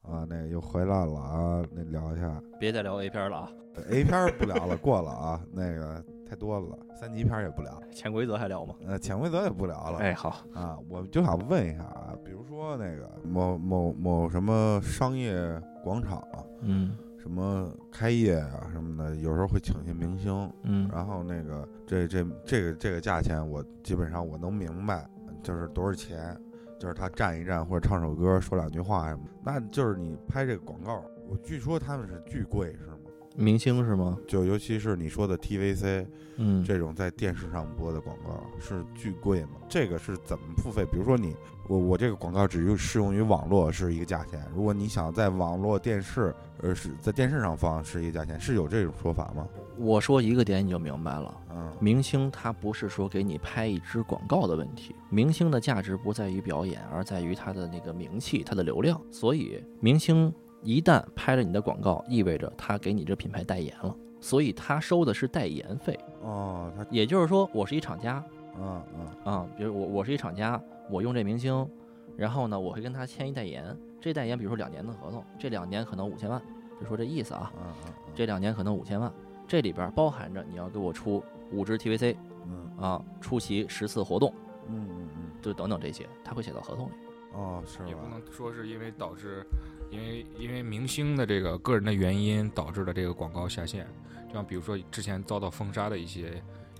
B: 啊，那又回来了啊，那聊一下
D: 别再聊 A 片了啊，
B: A 片儿不聊了，过了啊，那个太多了，三级片儿也不聊，
D: 潜规则还聊吗？
B: 呃，潜规则也不聊了、
D: 哎，好，
B: 啊，我就想问一下啊，比如说那个某某某什么商业广场啊、
D: 嗯
B: 什么开业啊什么的，有时候会请一些明星，
D: 嗯
B: 然后那个这这这个这个价钱，我基本上我能明白，就是多少钱，就是他站一站或者唱首歌说两句话什么的，那就是你拍这个广告，我据说他们是巨贵是吗？
D: 明星是吗？
B: 就尤其是你说的 TVC
D: 嗯，
B: 这种在电视上播的广告是巨贵吗？这个是怎么付费？比如说你我我这个广告只用适用于网络是一个价钱，如果你想在网络电视呃是在电视上放是一个价钱，是有这种说法吗？
D: 我说一个点你就明白了。
B: 嗯
D: 明星他不是说给你拍一支广告的问题，明星的价值不在于表演，而在于他的那个名气、他的流量。所以，明星一旦拍了你的广告，意味着他给你这品牌代言了，所以他收的是代言费。
B: 哦，他
D: 也就是说，我是一厂家
B: 嗯嗯。
D: 啊，比如我我是一厂家，我用这明星，然后呢，我会跟他签一代言，这代言比如说两年的合同，这两年可能五千万，就说这意思啊，
B: 嗯嗯嗯
D: 这两年可能五千万，这里边包含着你要给我出五支 TVC。
B: 嗯
D: 啊，出席十次活动，
B: 嗯嗯
D: 就等等这些，他会写到合同里。
B: 嗯，哦，是
C: 也不
B: 吧？
C: 能说是因为导致，因为因为明星的这个个人的原因导致了这个广告下线，就像比如说之前遭到封杀的一些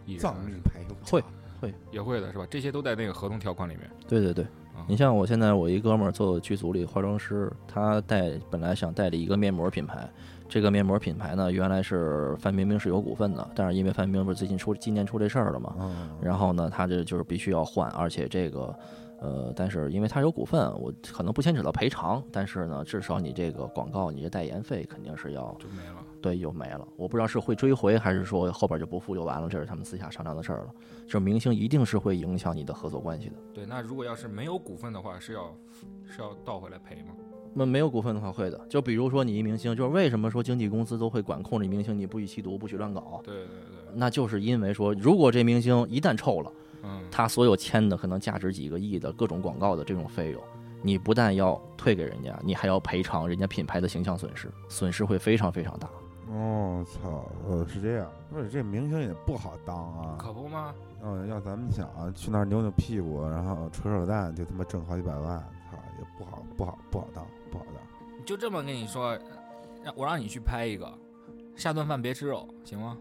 C: 艺
B: 藏
C: 人啊
B: 历排油
D: 会
C: 也会的是吧？这些都在那个合同条款里面。
D: 对对对，
C: 啊
D: 你像我现在我一哥们儿做剧组里化妆师，他代本来想代理一个面膜品牌，这个面膜品牌呢原来是范冰冰是有股份的，但是因为范冰冰不是最近出今年出这事儿了嘛，
B: 嗯，
D: 然后呢他这就是必须要换，而且这个。呃，但是因为他有股份，我可能不牵扯到赔偿，但是呢，至少你这个广告，你这代言费肯定是要
C: 就没了。
D: 对，又没了。我不知道是会追回，还是说后边就不付就完了，这是他们私下商量的事儿了。就是明星一定是会影响你的合作关系的。
C: 对，那如果要是没有股份的话，是要是要倒回来赔吗？
D: 那没有股份的话会的，就比如说你一明星，就是为什么说经纪公司都会管控这明星，你不许吸毒，不许乱搞，
C: 对对对，
D: 那就是因为说，如果这明星一旦臭了，
C: 嗯，
D: 他所有签的可能价值几个亿的各种广告的这种费用，你不但要退给人家，你还要赔偿人家品牌的形象损失，损失会非常非常大。
B: 哦，操，呃，是这样，不是这明星也不好当啊。
C: 可不吗？
B: 嗯，要咱们想啊去那儿扭扭屁股，然后扯扯蛋，就他妈挣好几百万，操，也不好，不好，不好当，不好当。
C: 就这么跟你说，让我让你去拍一个，下顿饭别吃肉，行吗？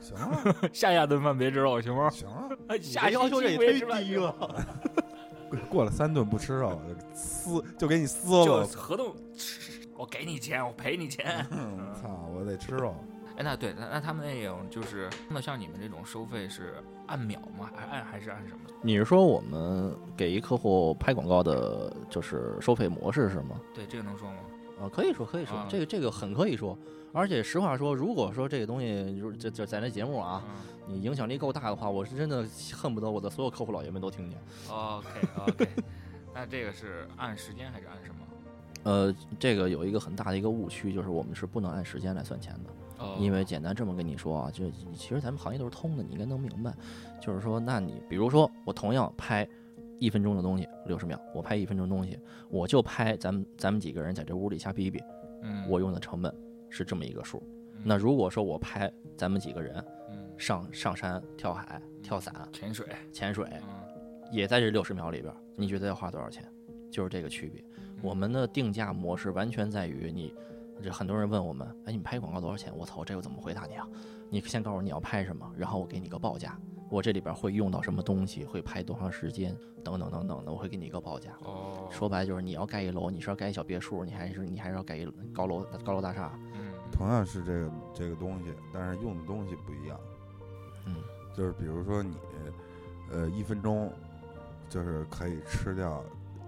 B: 行了，
C: 下下顿饭别吃肉，行吗？
B: 行了，
C: 哎下要求也太低了，
B: 过了三顿不吃肉，就撕就给你撕
C: 就
B: 了。
C: 合同，我给你钱，我赔你钱。
B: 嗯操，我得吃肉。
C: 哎，那对，那那他们那种就是，那像你们这种收费是按秒吗？还按还是按什么？
D: 你是说我们给一客户拍广告的，就是收费模式是吗？
C: 对，这个能说吗？
D: 啊，可以说，可以说
C: 啊，
D: 这个这个很可以说。而且实话说，如果说这个东西就是这这咱这节目啊，
C: 嗯
D: 你影响力够大的话，我是真的恨不得我的所有客户老爷们都听见。
C: ，OK OK，那 这个是按时间还是按什么？
D: 呃，这个有一个很大的一个误区，就是我们是不能按时间来算钱的。
C: 哦
D: 因为简单这么跟你说啊，就其实咱们行业都是通的，你应该能明白。就是说，那你比如说我同样拍一分钟的东西，六十秒，我拍一分钟的东西，我就拍咱们咱们几个人在这屋里瞎逼逼，
C: 嗯，
D: 我用的成本是这么一个数。
C: 嗯
D: 那如果说我拍咱们几个人
C: 嗯
D: 上上山、跳海、跳伞、哎
C: 潜水，
D: 潜水，
C: 嗯
D: 也在这六十秒里边儿，你觉得要花多少钱？就是这个区别。
C: 嗯
D: 我们的定价模式完全在于你，这很多人问我们，哎，你们拍广告多少钱？我操，这我怎么回答你啊？你先告诉我你要拍什么，然后我给你个报价，我这里边会用到什么东西，会拍多长时间，等等等等的，我会给你一个报价。
C: 哦，
D: 说白了就是你要盖一楼，你是要盖一小别墅，你还是你还是要盖一高楼高楼大厦？
C: 嗯
B: 同样是这个这个东西，但是用的东西不一样。
D: 嗯，
B: 就是比如说你，呃，一分钟就是可以吃掉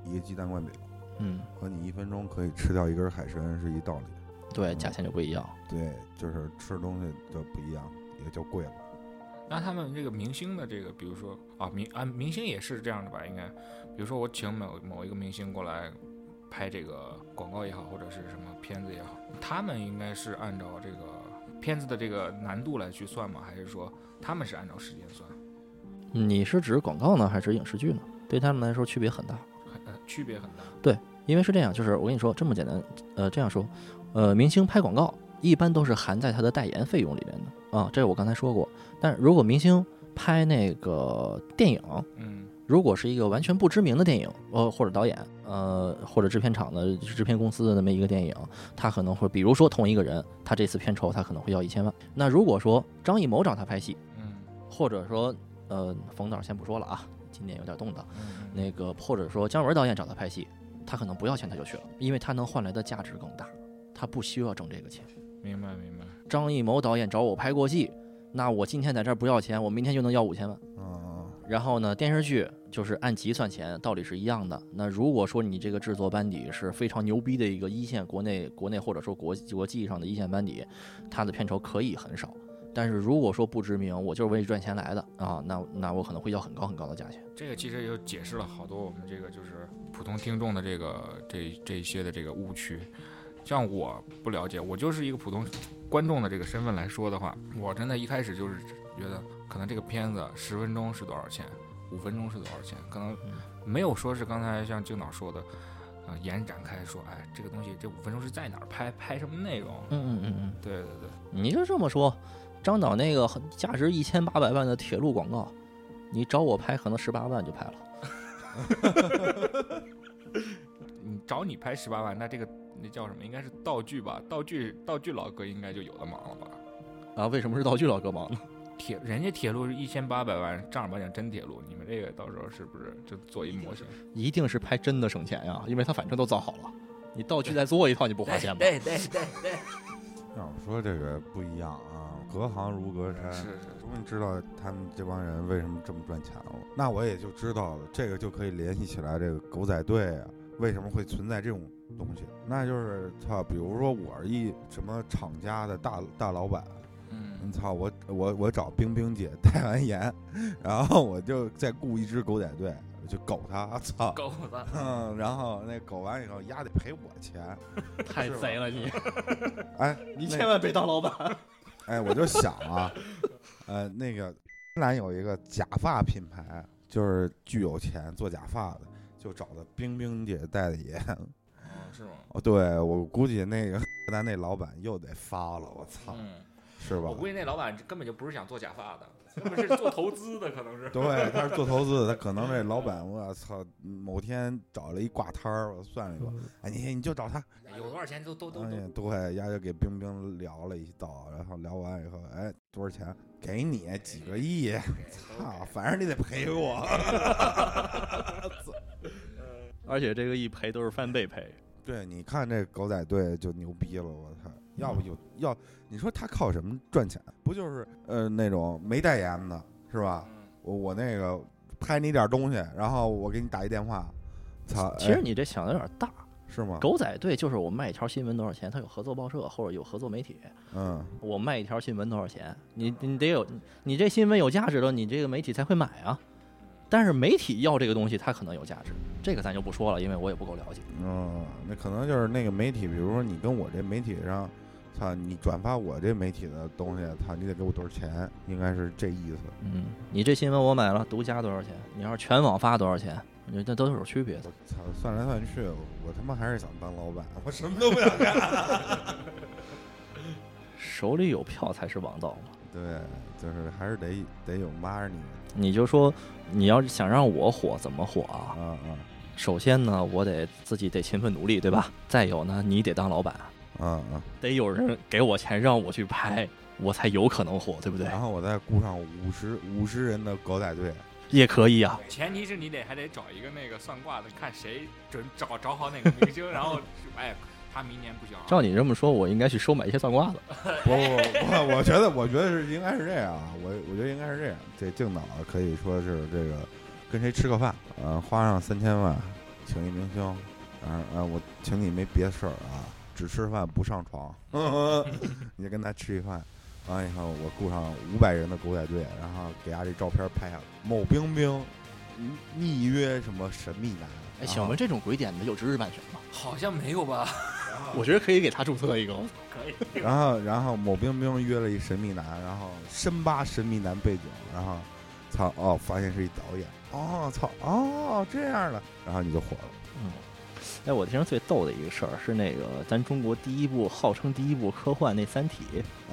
B: 一个鸡蛋灌饼，
D: 嗯，
B: 和你一分钟可以吃掉一根海参是一道理。
D: 对，价钱就不一样。
B: 对，就是吃东西就不一样，也就贵了。
C: 那他们这个明星的这个，比如说啊明啊明星也是这样的吧？应该，比如说我请某某一个明星过来拍这个广告也好，或者是什么片子也好，他们应该是按照这个片子的这个难度来去算吗？还是说他们是按照时间算？
D: 你是指广告呢，还是指影视剧呢？对他们来说区别很大。
C: 很呃区别很大。
D: 因为是这样，就是我跟你说这么简单，呃，这样说，呃，明星拍广告一般都是含在他的代言费用里面的啊，这我刚才说过。但如果明星拍那个电影，
C: 嗯
D: 如果是一个完全不知名的电影，呃，或者导演，呃，或者制片厂的制片公司的那么一个电影，他可能会，比如说同一个人，他这次片酬他可能会要一千万。那如果说张艺谋找他拍戏，
C: 嗯
D: 或者说，呃，冯导先不说了啊，今年有点动荡。
C: 嗯
D: 那个或者说姜文导演找他拍戏，他可能不要钱他就去了，因为他能换来的价值更大，他不需要挣这个钱。
C: 明白明白。
D: 张艺谋导演找我拍过戏，那我今天在这儿不要钱，我明天就能要五千万。
B: 嗯，
D: 然后呢，电视剧就是按集算钱，道理是一样的。那如果说你这个制作班底是非常牛逼的一个一线国内国内或者说国国际上的一线班底，它的片酬可以很少。但是如果说不知名，我就是为赚钱来的啊，那那我可能会要很高很高的价钱。
C: 这个其实又解释了好多我们这个就是普通听众的这个这这一些的这个误区。像我不了解，我就是一个普通观众的这个身份来说的话，我真的一开始就是觉得，可能这个片子十分钟是多少钱，五分钟是多少钱，可能
D: 嗯
C: 没有说是刚才像静导说的，呃，延展开说，哎，这个东西这五分钟是在哪儿拍，拍什么内容？
D: 嗯嗯嗯嗯。
C: 对对对，
D: 你就这么说，张导那个价值一千八百万的铁路广告，你找我拍可能十八万就拍了。
C: 你找你拍十八万，那这个那叫什么？应该是道具吧？道具道具老哥应该就有的忙了吧？
D: 啊，为什么是道具老哥忙呢？
C: 铁人家铁路是一千八百万，正儿八经真铁路，你们这个到时候是不是就做一模型？
D: 一定是拍真的省钱呀，因为他反正都造好了，你道具再做一套你不花钱吗？
E: 对对对，
B: 要我说这个不一样啊，隔行如隔山。
C: 是是
B: 终于知道他们这帮人为什么这么赚钱了，那我也就知道了，这个就可以联系起来，这个狗仔队啊，为什么会存在这种东西？那就是操，比如说我是一什么厂家的大大老板，
C: 嗯
B: 你操，我我我找冰冰姐代完言， 然后我就再雇一支狗仔队，我就狗他，操，
E: 狗
C: 哦
E: 子，
B: 嗯，然后那狗完以后，丫得赔我钱，
D: 太贼了你，
B: 哎，
D: 你
B: 那
D: 千万别当老板。
B: 哎，我就想啊，呃，那个芬兰有一个假发品牌，就是巨有钱做假发的，就找的冰冰姐代的言。
C: 哦是吗？
B: 哦， 对我估计那个 咱那老板又得发了，我操，
C: 嗯，
B: 是吧
C: 我？估计那老板根本就不是想做假发的，根本是做投资的，可能是。
B: 对，他是做投资的，他可能这老板，我操，某天找了一挂摊儿，我算了一卦，哎，你你就找他，
C: 有多少钱都都都
B: 哎
C: 都
B: 呀，对，丫就给冰冰聊了一道，然后聊完以后，哎，多少钱？给你几个亿， 操，反正你得赔我。
D: 而且这个一赔都是翻倍赔，
B: 对，你看这狗仔队就牛逼了，我操！要不有要你说他靠什么赚钱？不就是呃那种没代言的是吧？我我那个拍你点东西，然后我给你打一电话，操，
D: 其实
B: 哎
D: 你这想的有点大。啊
B: 是吗？
D: 狗仔队就是我卖一条新闻多少钱，它有合作报社或者有合作媒体，
B: 嗯，
D: 我卖一条新闻多少钱？你你得有，你这新闻有价值了，你这个媒体才会买啊。但是媒体要这个东西，它可能有价值，这个咱就不说了，因为我也不够了解。
B: 嗯，那可能就是那个媒体，比如说你跟我这媒体上，操，你转发我这媒体的东西，操，你得给我多少钱？应该是这意思。
D: 嗯，你这新闻我买了，独家多少钱？你要是全网发多少钱？我觉得这都是有区别的。
B: 我操，算来算去，我他妈还是想当老板，我什么都不想干。
D: 手里有票才是王道嘛。
B: 对，就是还是得得有妈你
D: 你就说你要是想让我火，怎么火
B: 啊
D: 啊？
B: 啊
D: 首先呢，我得自己得勤奋努力，对吧？再有呢，你得当老板，
B: 啊啊！
D: 得有人给我钱让我去拍，我才有可能火，对不对？
B: 然后我再雇上五十五十人的狗仔队，
D: 也可以啊，
C: 前提是你得还得找一个那个算卦的，看谁准找找好哪个明星，然后哎，他明年不行啊，
D: 照你这么说，我应该去收买一些算卦的。
B: 不不不，我我觉得我觉得是应该是这样，啊，我我觉得应该是这样。这静导可以说是这个跟谁吃个饭，呃，花上三千万请一明星，然后呃我请你没别的事儿啊，只吃饭不上床， 你就跟他吃一饭。完了以后，我雇上五百人的狗仔队，然后给他这照片拍下来。某冰冰嗯密约什么神秘男，
D: 哎，小文这种鬼点子有知识版权吗？
E: 好像没有吧？
D: 我觉得可以给他注册一个。 哦
C: 可以。
B: 然后，然后某冰冰约了一神秘男，然后深扒神秘男背景，然后，操哦，发现是一导演，哦操哦这样的，然后你就火了，
D: 嗯，哎，我听说最逗的一个事儿是那个咱中国第一部号称第一部科幻那《三体》，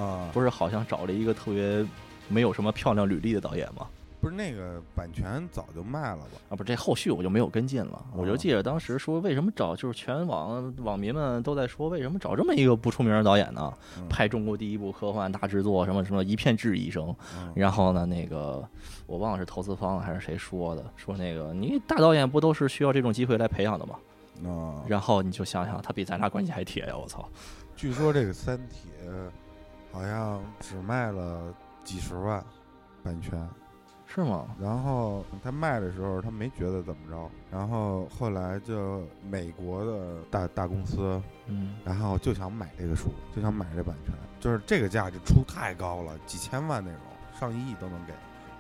B: 啊、
D: 不是好像找了一个特别没有什么漂亮履历的导演吗？
B: 不是那个版权早就卖了吧？
D: 啊，不是，这后续我就没有跟进了。我就记着当时说，为什么找就是全网网民们都在说，为什么找这么一个不出名的导演呢
B: 嗯？
D: 拍中国第一部科幻大制作，什么什么一片质疑声。
B: 嗯
D: 然后呢，那个我忘了是投资方还是谁说的，说那个你大导演不都是需要这种机会来培养的吗？
B: 啊、
D: 然后你就想想，他比咱俩关系还铁呀！我操，
B: 据说这个《三体》好像只卖了几十万版权，
D: 是吗？
B: 然后他卖的时候他没觉得怎么着，然后后来就美国的大大公司
D: 嗯，
B: 然后就想买这个书，就想买这版权，就是这个价就出太高了，几千万那种，上亿都能给。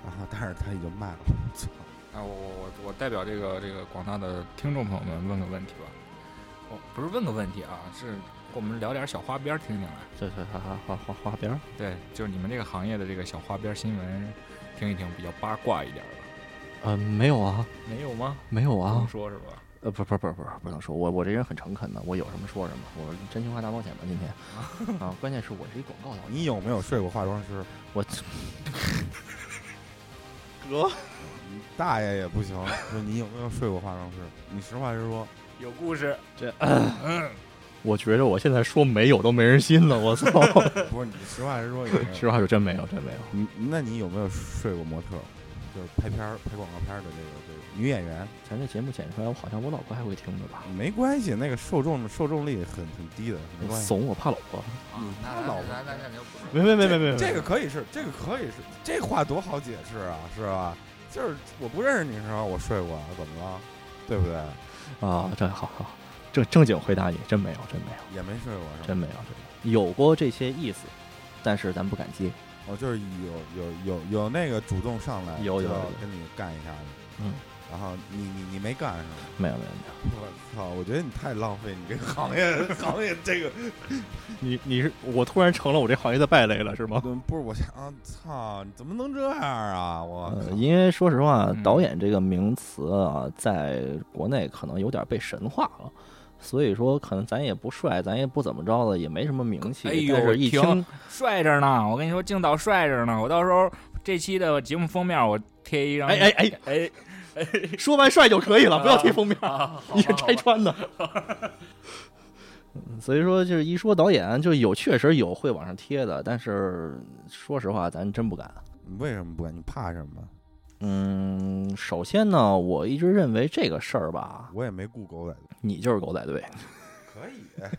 B: 然后，但是他已经卖了，操！
C: 啊，我我我我代表这个这个广大的听众朋友们问个问题吧，我、不是问个问题啊，是我们聊点小花边儿听听来。
D: 这这花花花花花边儿，
C: 对，就是你们这个行业的这个小花边新闻，听一听比较八卦一点儿的。
D: 呃，没有啊，
C: 没有吗？
D: 没有
C: 不
D: 啊
C: 能，说是吧？
D: 呃，不不不不不能说，我我这人很诚恳的，我有什么说什么，我真心话大冒险吧今天啊，关键是我是一广告导演，
B: 你有没有睡过化妆师？
D: 我哥，
B: 你大爷也不行。说你有没有睡过化妆师？你实话实说，
C: 有故事。
D: 我觉着我现在说没有都没人信了，我操，
B: 不是你实话实说也 没有。
D: 实话说真没有，真没有。
B: 你那你有没有睡过模特？就是拍片儿、拍广告片儿的这个这个女演员，
D: 咱这节目剪出来，我好像我老婆还会听的吧？
B: 没关系，那个受众受众力很很低的，没关系。
D: 怂，我怕老婆。
C: 啊，那那那那就不是。
D: 没没没没没，
B: 这个可以是，这个可以是，这话多好解释啊，是吧？就是我不认识你的时候，我睡过，怎么了？对不对？
D: 啊，这好好正正经回答你，真没有，真没有，
B: 也没睡过是吧？
D: 真没有，真没有，有过这些意思，但是咱不敢接。
B: 哦，就是有有有有那个主动上来，
D: 有有有
B: 跟你干一下的，
D: 嗯，
B: 然后你你你没干是吗？
D: 没有没有没
B: 我操，我觉得你太浪费你这个行业 行业这个，
D: 有，你你是我突然成了我这行业的败类了是 吗？
B: 嗯不是我想，啊操，你怎么能这样啊？我
D: 呃，
B: 靠
D: 因为说实话，
C: 嗯
D: 导演这个名词啊，在国内可能有点被神化了，所以说可能咱也不帅，咱也不怎么着的，也没什么名气。
C: 哎呦
D: 但是一
C: 停
D: 听，
C: 帅着呢，我跟你说，静导帅着呢。我到时候这期的节目封面我贴一张。
D: 哎哎哎，
C: 哎，
D: 说完帅就可以了，不要贴封面，
C: 啊，
D: 你是拆穿的。嗯所以说，就是一说导演，就有确实有会往上贴的，但是说实话，咱真不敢。
B: 你为什么不干？你怕什么？
D: 嗯，首先呢，我一直认为这个事儿吧，
B: 我也没雇狗仔队
D: 你就是狗仔队，
B: 可以，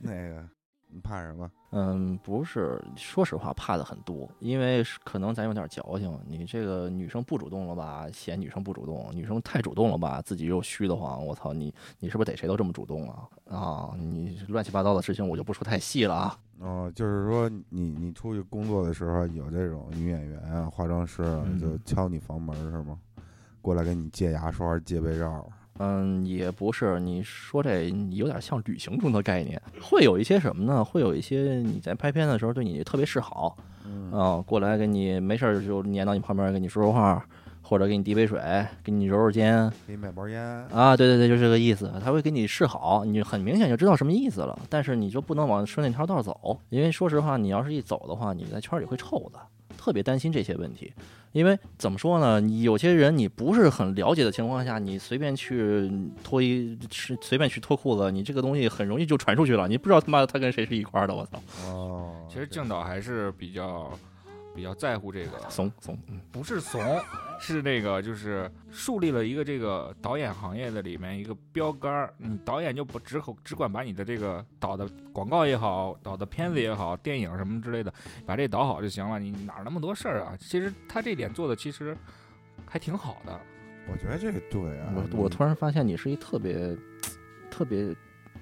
B: 那个你怕什么？
D: 嗯，不是，说实话怕的很多，因为是可能咱有点矫情，你这个女生不主动了吧，嫌女生不主动；女生太主动了吧，自己又虚的慌。我操，你你是不是逮谁都这么主动啊？啊，你乱七八糟的事情我就不说太细了啊。
B: 哦，就是说你你出去工作的时候，有这种女演员啊、化妆师啊，
D: 嗯
B: 就敲你房门是吗？过来给你借牙刷、借被罩。
D: 嗯，也不是，你说这有点像旅行中的概念，会有一些什么呢？会有一些你在拍片的时候对你特别示好，
B: 嗯
D: 啊、过来给你没事儿就粘到你旁边儿跟你说说话，或者给你递杯水，给你揉揉肩，
B: 给你买包烟。
D: 啊，对对对，就是这个意思。他会给你示好，你很明显就知道什么意思了，但是你就不能往顺那条道走，因为说实话，你要是一走的话，你在圈里会臭的。特别担心这些问题，因为怎么说呢，你有些人你不是很了解的情况下，你随便去脱衣，是随便去脱裤子，你这个东西很容易就传出去了，你不知道他妈他跟谁是一块儿的，我操，
B: 哦，
C: 其实静导还是比较比较在乎这个，
D: 怂怂，
C: 不是 怂，是那个就是树立了一个这个导演行业的里面一个标杆儿，你导演就不只口只管把你的这个导的广告也好，导的片子也好，电影什么之类的，把这导好就行了，你哪儿那么多事儿啊？其实他这点做的其实还挺好的，
B: 我觉得这个对啊，
D: 我我突然发现你是一特别特别，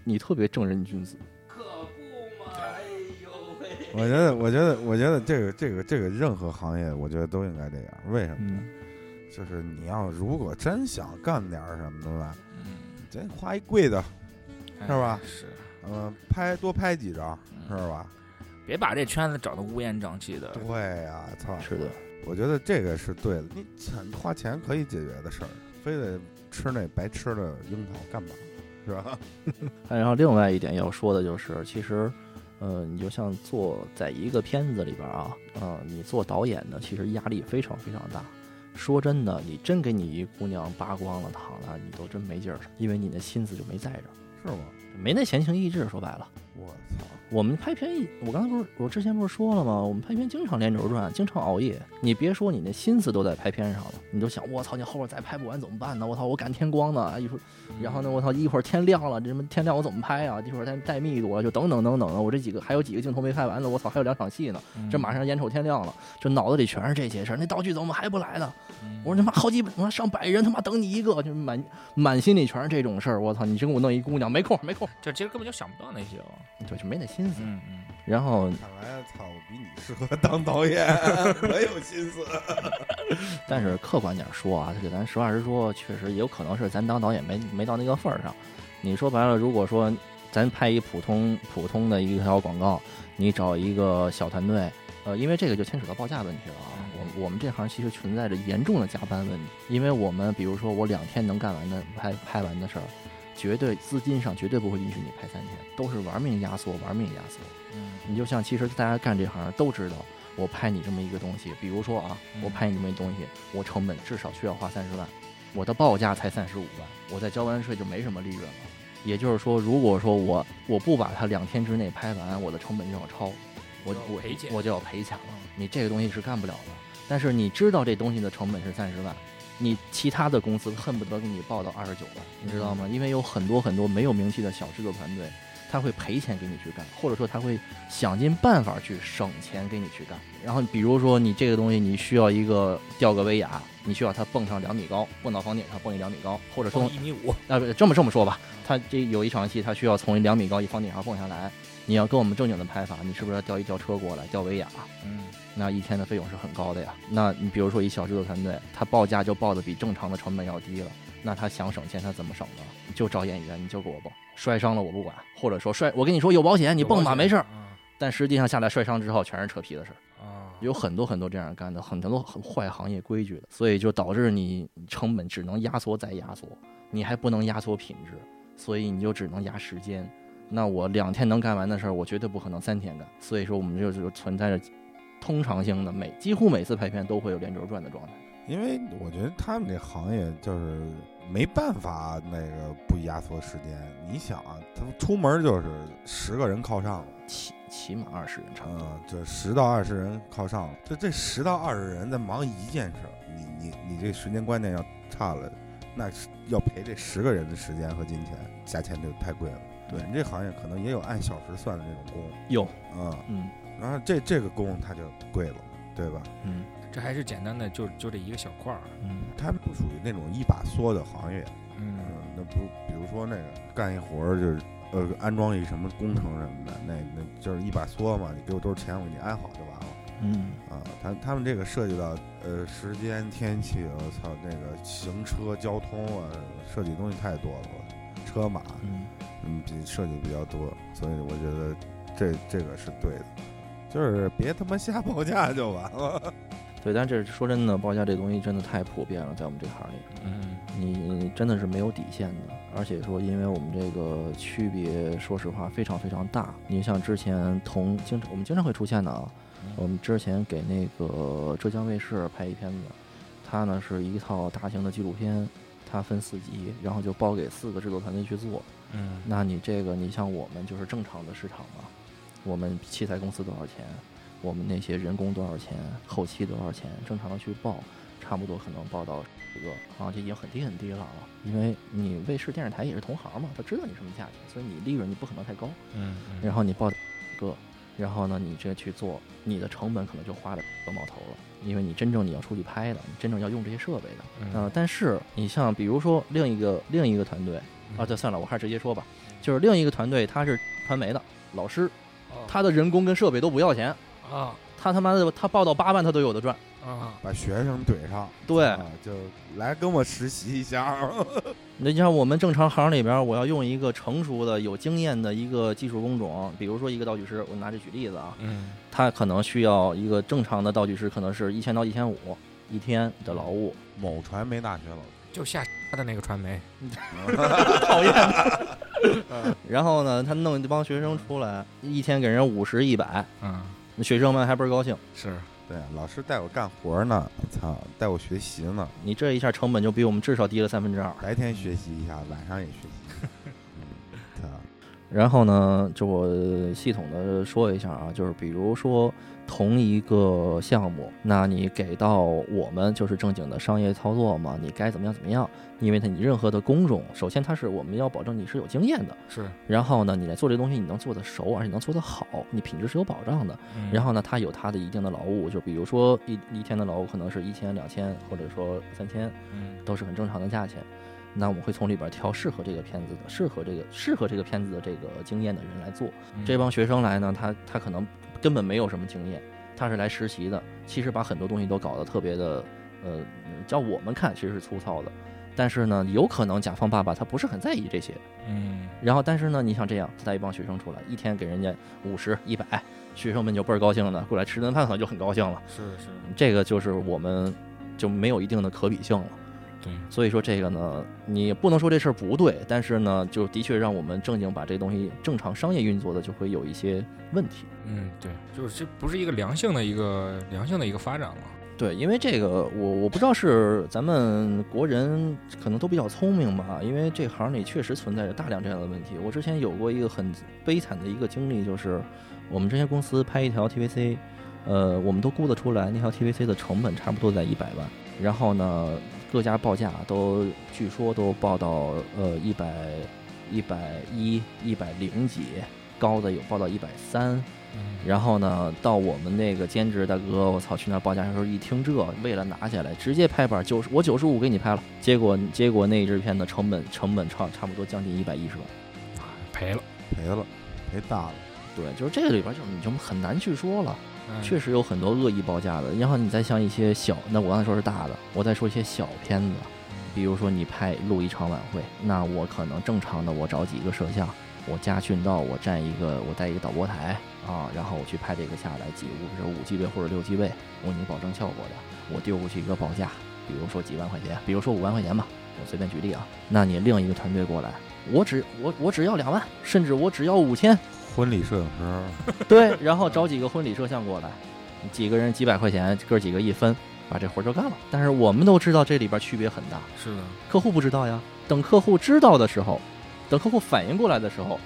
D: 你特别正人君子，啊
B: 我觉得，我觉得，我觉得这个，这个，这个，任何行业，我觉得都应该这样。为什么？
C: 嗯
B: 就是你要如果真想干点儿什么的吧，
C: 嗯，
B: 真花一柜子，
C: 哎
B: 是吧
C: 是，
B: 嗯、拍多拍几张，是
C: 嗯
B: 吧？
C: 别把这圈子整得乌烟瘴气的，
D: 嗯
B: 对呀、操！
D: 是的。
B: 我觉得这个是对的，你钱花钱可以解决的事儿，非得吃那白吃的樱桃干嘛？是吧？
D: 然后另外一点要说的就是，其实，呃，你就像做在一个片子里边啊，呃，你做导演的，其实压力非常非常大。说真的，你真给你一姑娘扒光了躺了，你都真没劲儿，因为你的心思就没在这儿，
B: 是吗？
D: 没那闲情逸致。说白了，
B: 我操！
D: 我们拍片，我刚才不是我之前不是说了吗？我们拍片经常连轴转，经常熬夜。你别说你那心思都在拍片上了，你就想我操，你后边再拍不完怎么办呢？我操，我赶天光呢！哎一会儿，然后呢，我操，一会儿天亮了，这什么天亮我怎么拍啊？一会儿再带密度啊，就等等等等的。我这几个还有几个镜头没拍完呢，我操，还有两场戏呢，
C: 嗯
D: 这马上眼瞅天亮了，这脑子里全是这些事儿。那道具怎么还不来呢？
C: 嗯
D: 我说他妈好几百，他妈上百人，他妈等你一个，就满满心里全是这种事儿。我操，你真给我弄一姑娘，没空没空，
C: 就其实根本就想不到那些哦，
D: 对，就没那心思。
C: 嗯嗯。
D: 然后
B: 看来操，我比你适合当导演， 我有心思。
D: 但是客观点儿说啊，这咱实话实说，确实也有可能是咱当导演没没到那个份儿上。你说白了，如果说咱拍一普通普通的一条广告，你找一个小团队，呃，因为这个就牵扯到报价问题了啊。我我们这行其实存在着严重的加班问题，因为我们比如说我两天能干完的拍拍完的事儿，绝对资金上绝对不会允许你拍三天，都是玩命压缩，玩命压缩。
C: 嗯
D: 你就像其实大家干这行都知道，我拍你这么一个东西，比如说啊，
C: 嗯
D: 我拍你这么一东西，我成本至少需要花三十万，我的报价才三十五万，我再交完税就没什么利润了。也就是说，如果说我我不把它两天之内拍完，我的成本就要超，我
C: 就要
D: 我
C: 赔钱
D: 我就要赔钱了
C: 嗯。
D: 你这个东西是干不了的。但是你知道这东西的成本是三十万，你其他的公司恨不得给你报到二十九万，你知道吗？因为有很多很多没有名气的小制作团队，他会赔钱给你去干，或者说他会想尽办法去省钱给你去干。然后比如说你这个东西，你需要一个吊个威亚，你需要它蹦上两米高，蹦到房顶上蹦一两米高，或者说
C: 一米五，
D: 啊，不这么这么说吧，他这有一场戏，他需要从一两米高一房顶上蹦下来。你要跟我们正经的拍法，你是不是要调一吊车过来，吊威亚？啊
C: 嗯，
D: 那一天的费用是很高的呀。那你比如说一小制作团队，他报价就报的比正常的成本要低了，那他想省钱他怎么省呢？你就找演员，你就给我蹦，摔伤了我不管，或者说摔，我跟你说有保险，你蹦吧没事儿。
C: 嗯
D: 但实际上下来摔伤之后全是扯皮的事儿。
C: 啊，
D: 有很多很多这样干的，很多很坏行业规矩的，所以就导致你成本只能压缩再压缩，你还不能压缩品质，所以你就只能压时间。那我两天能干完的事儿，我绝对不可能三天干。所以说，我们就是存在着通常性的每几乎每次拍片都会有连轴转的状态。
B: 因为我觉得他们这行业就是没办法那个不压缩时间。你想啊，他们出门就是十个人靠上了，
D: 起起码二十人差不多。
B: 嗯，这十到二十人靠上了，这这十到二十人在忙一件事儿，你你你这时间观念要差了，那是要赔这十个人的时间和金钱，价钱就太贵了。对你这行业可能也有按小时算的这种工
D: 有，
B: 啊，
D: 嗯
B: 然后这这个工它就贵了，对吧？
D: 嗯
C: 这还是简单的，就就这一个小块儿。啊
D: 嗯
B: 它不属于那种一把梭的行业，嗯
C: 嗯，，
B: 那不比如说那个干一活儿就是呃安装一什么工程什么的，那那就是一把梭嘛，你给我多少钱我给你安好就完了。
D: 嗯，
B: 啊，他他们这个涉及到呃时间、天气，我操，那个行车、交通啊，涉及东西太多了，我车马，
D: 嗯
B: 嗯，比涉及比较多，所以我觉得这这个是对的，就是别他妈瞎报价就完了。
D: 对，但这说真的，报价这东西真的太普遍了，在我们这个行业，
C: 嗯，
D: 你真的是没有底线的。而且说，因为我们这个区别，说实话非常非常大。你像之前同经我们经常会出现的啊，我们之前给那个浙江卫视拍一片子，它呢是一套大型的纪录片，它分四集，然后就包给四个制作团队去做。
C: 嗯，
D: 那你这个，你像我们就是正常的市场嘛，我们器材公司多少钱，我们那些人工多少钱，后期多少钱，正常的去报，差不多可能报到十个啊，这已经很低很低了啊，因为你卫视电视台也是同行嘛，他知道你什么价钱，所以你利润你不可能太高，
C: 嗯，
D: 然后你报一个，然后呢你这去做，你的成本可能就花的冒头了，因为你真正你要出去拍的，你真正要用这些设备的，
C: 嗯，
D: 呃，但是你像比如说另一个另一个团队啊，对，算了，我还是直接说吧，就是另一个团队他是传媒的老师，
C: 哦
D: 他的人工跟设备都不要钱，
E: 啊
D: 他他妈的他报到八万他都有的赚，
E: 啊，
B: 把学生怼上，
D: 对，
B: 啊，就来跟我实习一下儿。
D: 你像我们正常行里边儿，我要用一个成熟的、有经验的一个技术工种，比如说一个道具师，我拿这举例子啊，
C: 嗯，
D: 他可能需要一个正常的道具师，可能是一千到一千五一天的劳务，
B: 某传媒大学老师，
C: 就下他的那个传媒，
D: 讨厌。然后呢，他弄一帮学生出来，一天给人五十、一百，
C: 嗯，
D: 那学生们还倍儿高兴。
C: 是，
B: 对，啊老师带我干活儿呢，操，带我学习呢，
D: 你这一下成本就比我们至少低了三分之二。
B: 白天学习一下，晚上也学 习。嗯，操，
D: 然后呢，就我系统的说一下啊，就是比如说同一个项目，那你给到我们就是正经的商业操作嘛，你该怎么样怎么样，因为它你任何的工种，首先它是我们要保证你是有经验的，
C: 是，
D: 然后呢，你来做这东西，你能做得熟，而且能做得好，你品质是有保障的。
C: 嗯
D: 然后呢，它有它的一定的劳务，就比如说一一天的劳务可能是一千、两千，或者说三千，
C: 嗯
D: 都是很正常的价钱。那我们会从里边挑适合这个片子的、适合这个适合这个片子的这个经验的人来做。
C: 嗯
D: 这帮学生来呢，他他可能根本没有什么经验，他是来实习的，其实把很多东西都搞得特别的，呃，叫我们看其实是粗糙的。但是呢，有可能甲方爸爸他不是很在意这些，
C: 嗯，
D: 然后，但是呢，你想这样带一帮学生出来，一天给人家五十、一百，学生们就倍儿高兴的，过来吃顿饭可能就很高兴了。
C: 是是，
D: 这个就是我们就没有一定的可比性了。
C: 对，
D: 所以说这个呢，你也不能说这事儿不对，但是呢，就的确让我们正经把这东西正常商业运作的就会有一些问题。
C: 嗯对，就是这不是一个良性的一个良性的一个发展嘛，
D: 对，因为这个我我不知道是咱们国人可能都比较聪明吧，因为这行里确实存在着大量这样的问题。我之前有过一个很悲惨的一个经历，就是我们之前公司拍一条 TVC，呃，我们都估得出来那条 TVC 的成本差不多在一百万，然后呢，各家报价都据说都报到呃一百一百一一百零几，高的有报到一百三，
C: 嗯
D: 然后呢，到我们那个兼职大哥，我操，去那儿报价的时候，一听这，为了拿下来，直接拍板九十，我九十五给你拍了。结果结果那一制片的成本成本差差不多将近一百一十万。
C: 赔了，
B: 赔了，赔大了。
D: 对，就是这个里边就是你就很难去说了，
C: 嗯
D: 确实有很多恶意报价的。然后你再像一些小，那我刚才说是大的，我再说一些小片子，比如说你拍录一场晚会，那我可能正常的我找几个摄像，我加训道，我站一个，我带一个导播台啊，然后我去拍这个下来几五是五 G 位或者六 G 位，我给你保证效果的，我丢过去一个报价，比如说几万块钱，比如说五万块钱吧，我随便举例啊。那你另一个团队过来，我只我我只要两万，甚至我只要五千，
B: 婚礼摄影师，
D: 对，然后找几个婚礼摄像过来，几个人几百块钱，哥几个一分，把这活儿就干了。但是我们都知道这里边区别很大，
C: 是的，
D: 客户不知道呀。等客户知道的时候，等客户反应过来的时候，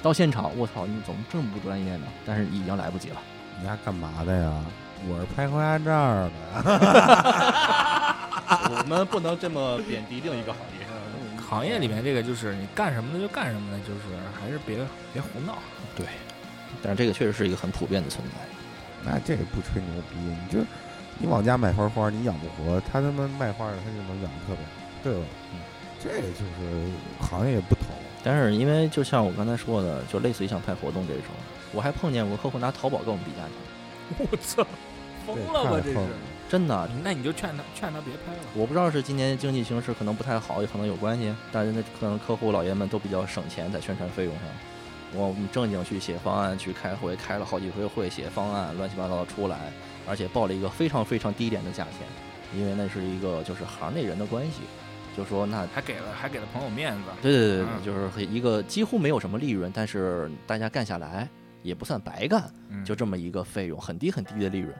D: 到现场，我操，你怎么这么不专业呢？但是已经来不及 了。
B: 你家干嘛的呀？我是拍婚纱照的。
D: 嗯我们不能这么贬低另一个行业。
C: 行业里面这个就是你干什么的就干什么的，就是还是别别胡闹。
D: 对，但是这个确实是一个很普遍的存在。
B: 那这也不吹牛逼，你就你往家买花花，你养不活他，他妈卖花的他就能养得特别好，对吧？
D: 嗯
B: 这个就是行业不同，
D: 但是因为就像我刚才说的，就类似于像派活动这种，我还碰见过客户拿淘宝跟我们比价钱，
C: 我操，疯了吧这
B: 太疯
C: 是
B: 了？
D: 真的。
C: 那你就劝他劝他别拍了。
D: 我不知道是今年经济形势可能不太好，也可能有关系，但是那可能客户老爷们都比较省钱在宣传费用上。我们正经去写方案，去开会，开了好几回会，写方案乱七八糟的出来，而且报了一个非常非常低廉的价钱，因为那是一个就是行内人的关系，就说那
C: 还给了还给了朋友面子，
D: 对对对，对
C: 嗯
D: 就是很一个几乎没有什么利润，但是大家干下来也不算白干，
C: 嗯
D: 就这么一个费用，很低很低的利润。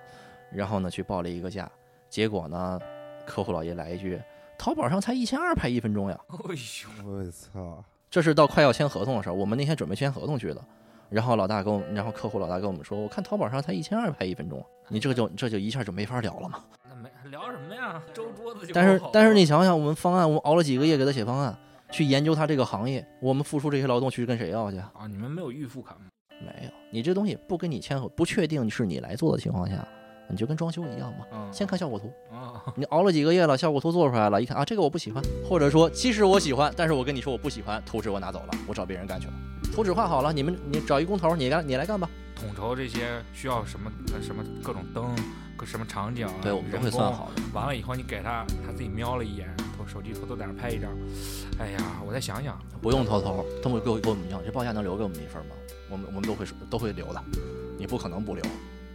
D: 然后呢，去报了一个价，结果呢，客户老爷来一句：“淘宝上才一千二拍一分钟呀
E: 哎呦，
B: 我操！！”
D: 这是到快要签合同的时候，我们那天准备签合同去的。然后老大跟我们，然后客户老大跟我们说：“我看淘宝上才一千二拍一分钟，啊你这就这就一下就没法聊了嘛。”
E: 那没聊什么呀？周桌子就
D: 但是
E: 好
D: 但是你想想，我们方案我们熬了几个月给他写方案，去研究他这个行业，我们付出这些劳动去跟谁要去啊？
C: 啊，你们没有预付款吗？
D: 没有，你这东西不跟你签合，不确定是你来做的情况下，你就跟装修一样嘛。
C: 嗯，
D: 先看效果图，
C: 啊，
D: 你熬了几个月了，效果图做出来了，一看啊，这个我不喜欢，或者说其实我喜欢，但是我跟你说我不喜欢，图纸我拿走了，我找别人干去了，图纸画好了，你们你找一工头，你干你来干吧，
C: 统筹这些需要什么呃什么各种灯，各什么场景啊，
D: 对我们都
C: 人
D: 会算
C: 工。
D: 好的。
C: 完了以后，你给他，他自己瞄了一眼，偷手机偷偷在那儿拍一张。哎呀，我再想想，
D: 不用偷偷，他们给我给我们要，这报价能留给我们一份吗？我们我们都会都会留的，你不可能不留，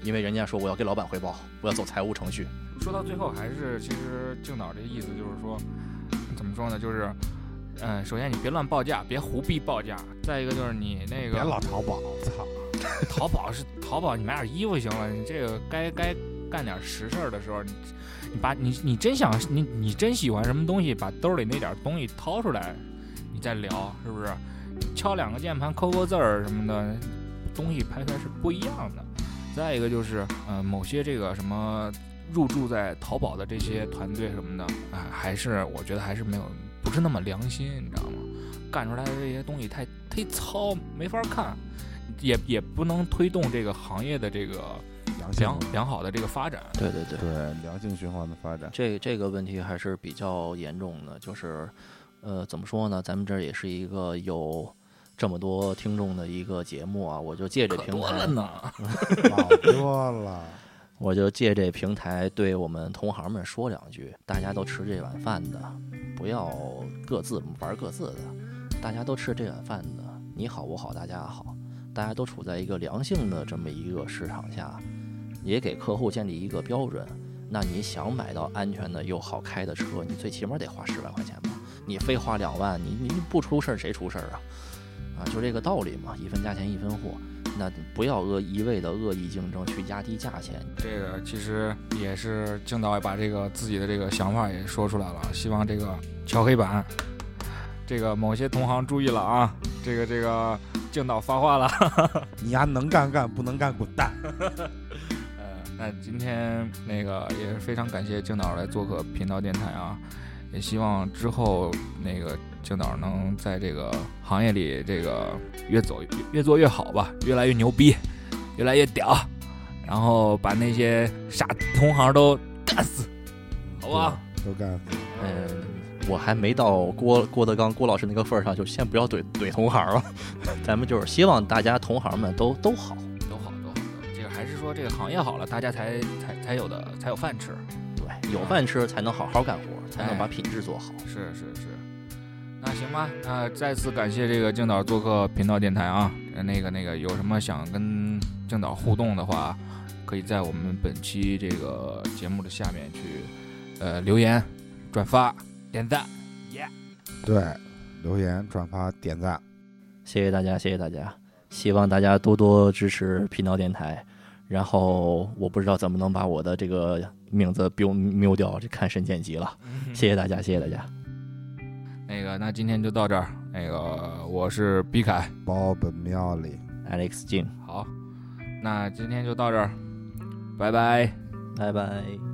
D: 因为人家说我要给老板汇报，我要走财务程序，
C: 说到最后还是其实静导这意思就是说，怎么说呢？就是，嗯、首先你别乱报价，别胡逼报价。再一个就是你那
B: 别
C: 个
B: 老淘宝，操！
C: 淘宝是淘宝，你买点衣服行了，你这个该该干点实事儿的时候，你你把你你真想你你真喜欢什么东西，把兜里那点东西掏出来，你再聊，是不是？敲两个键盘，抠抠字儿什么的，东西拍出来是不一样的。再一个就是，呃，某些这个什么入驻在淘宝的这些团队什么的，啊、还是我觉得还是没有不是那么良心，你知道吗？干出来的这些东西太忒糙，没法看，也也不能推动这个行业的这个
B: 良性
C: 良良好的这个发展。
D: 对对对。
B: 对良性循环的发展，
D: 这这个问题还是比较严重的，就是，呃，怎么说呢？咱们这儿也是一个有这么多听众的一个节目啊，我就借这
E: 可
D: 平
E: 多了
D: 台，
E: 呢。
B: 老多了。
D: 我就借这平台对我们同行们说两句：大家都吃这碗饭的，不要各自玩各自的，大家都吃这碗饭的，你好我好大家好，大家都处在一个良性的这么一个市场下，也给客户建立一个标准。那你想买到安全的又好开的车，你最起码得花十万块钱吧？你非花两万，你你不出事儿谁出事儿啊？啊，就这个道理嘛，一分价钱一分货。那不要恶一味的恶意竞争，去压低价钱，
C: 这个其实也是静导也把这个自己的这个想法也说出来了，希望这个敲黑板，这个某些同行注意了啊，这个这个静导发话了。
B: 你丫能干干，不能干滚蛋。
C: 呃，那今天那个也是非常感谢静导来做客频道电台啊，也希望之后那个静导能在这个行业里这个越走越越做越好吧，越来越牛逼，越来越屌，然后把那些傻同行都干死，好不好？
B: 对，都干。
D: 嗯，我还没到郭郭德纲郭老师那个份儿上，就先不要怼怼同行了。 咱们就是希望大家同行们都都好。
C: 都好都好，这个还是说这个行业好了，大家才才才有的才有饭吃。
D: 对，有饭吃才能好好干活，才能把品质做好。
C: 是是是，那行吧，那再次感谢这个静导做客频道电台啊。呃那个那个，有什么想跟静导互动的话，可以在我们本期这个节目的下面去呃留言、转发、点赞。
B: 对，留言、转发、点赞，
D: 谢谢大家，谢谢大家，希望大家多多支持频道电台。然后我不知道怎么能把我的这个名字 biu 丢掉，这看神剪辑了。谢谢大家，谢谢大家。
C: 那个，那今天就到这儿。那个，我是毕凯。
B: 包本庙里，
D: Alex Jin，
C: 好，那今天就到这儿，拜拜。
D: 拜拜。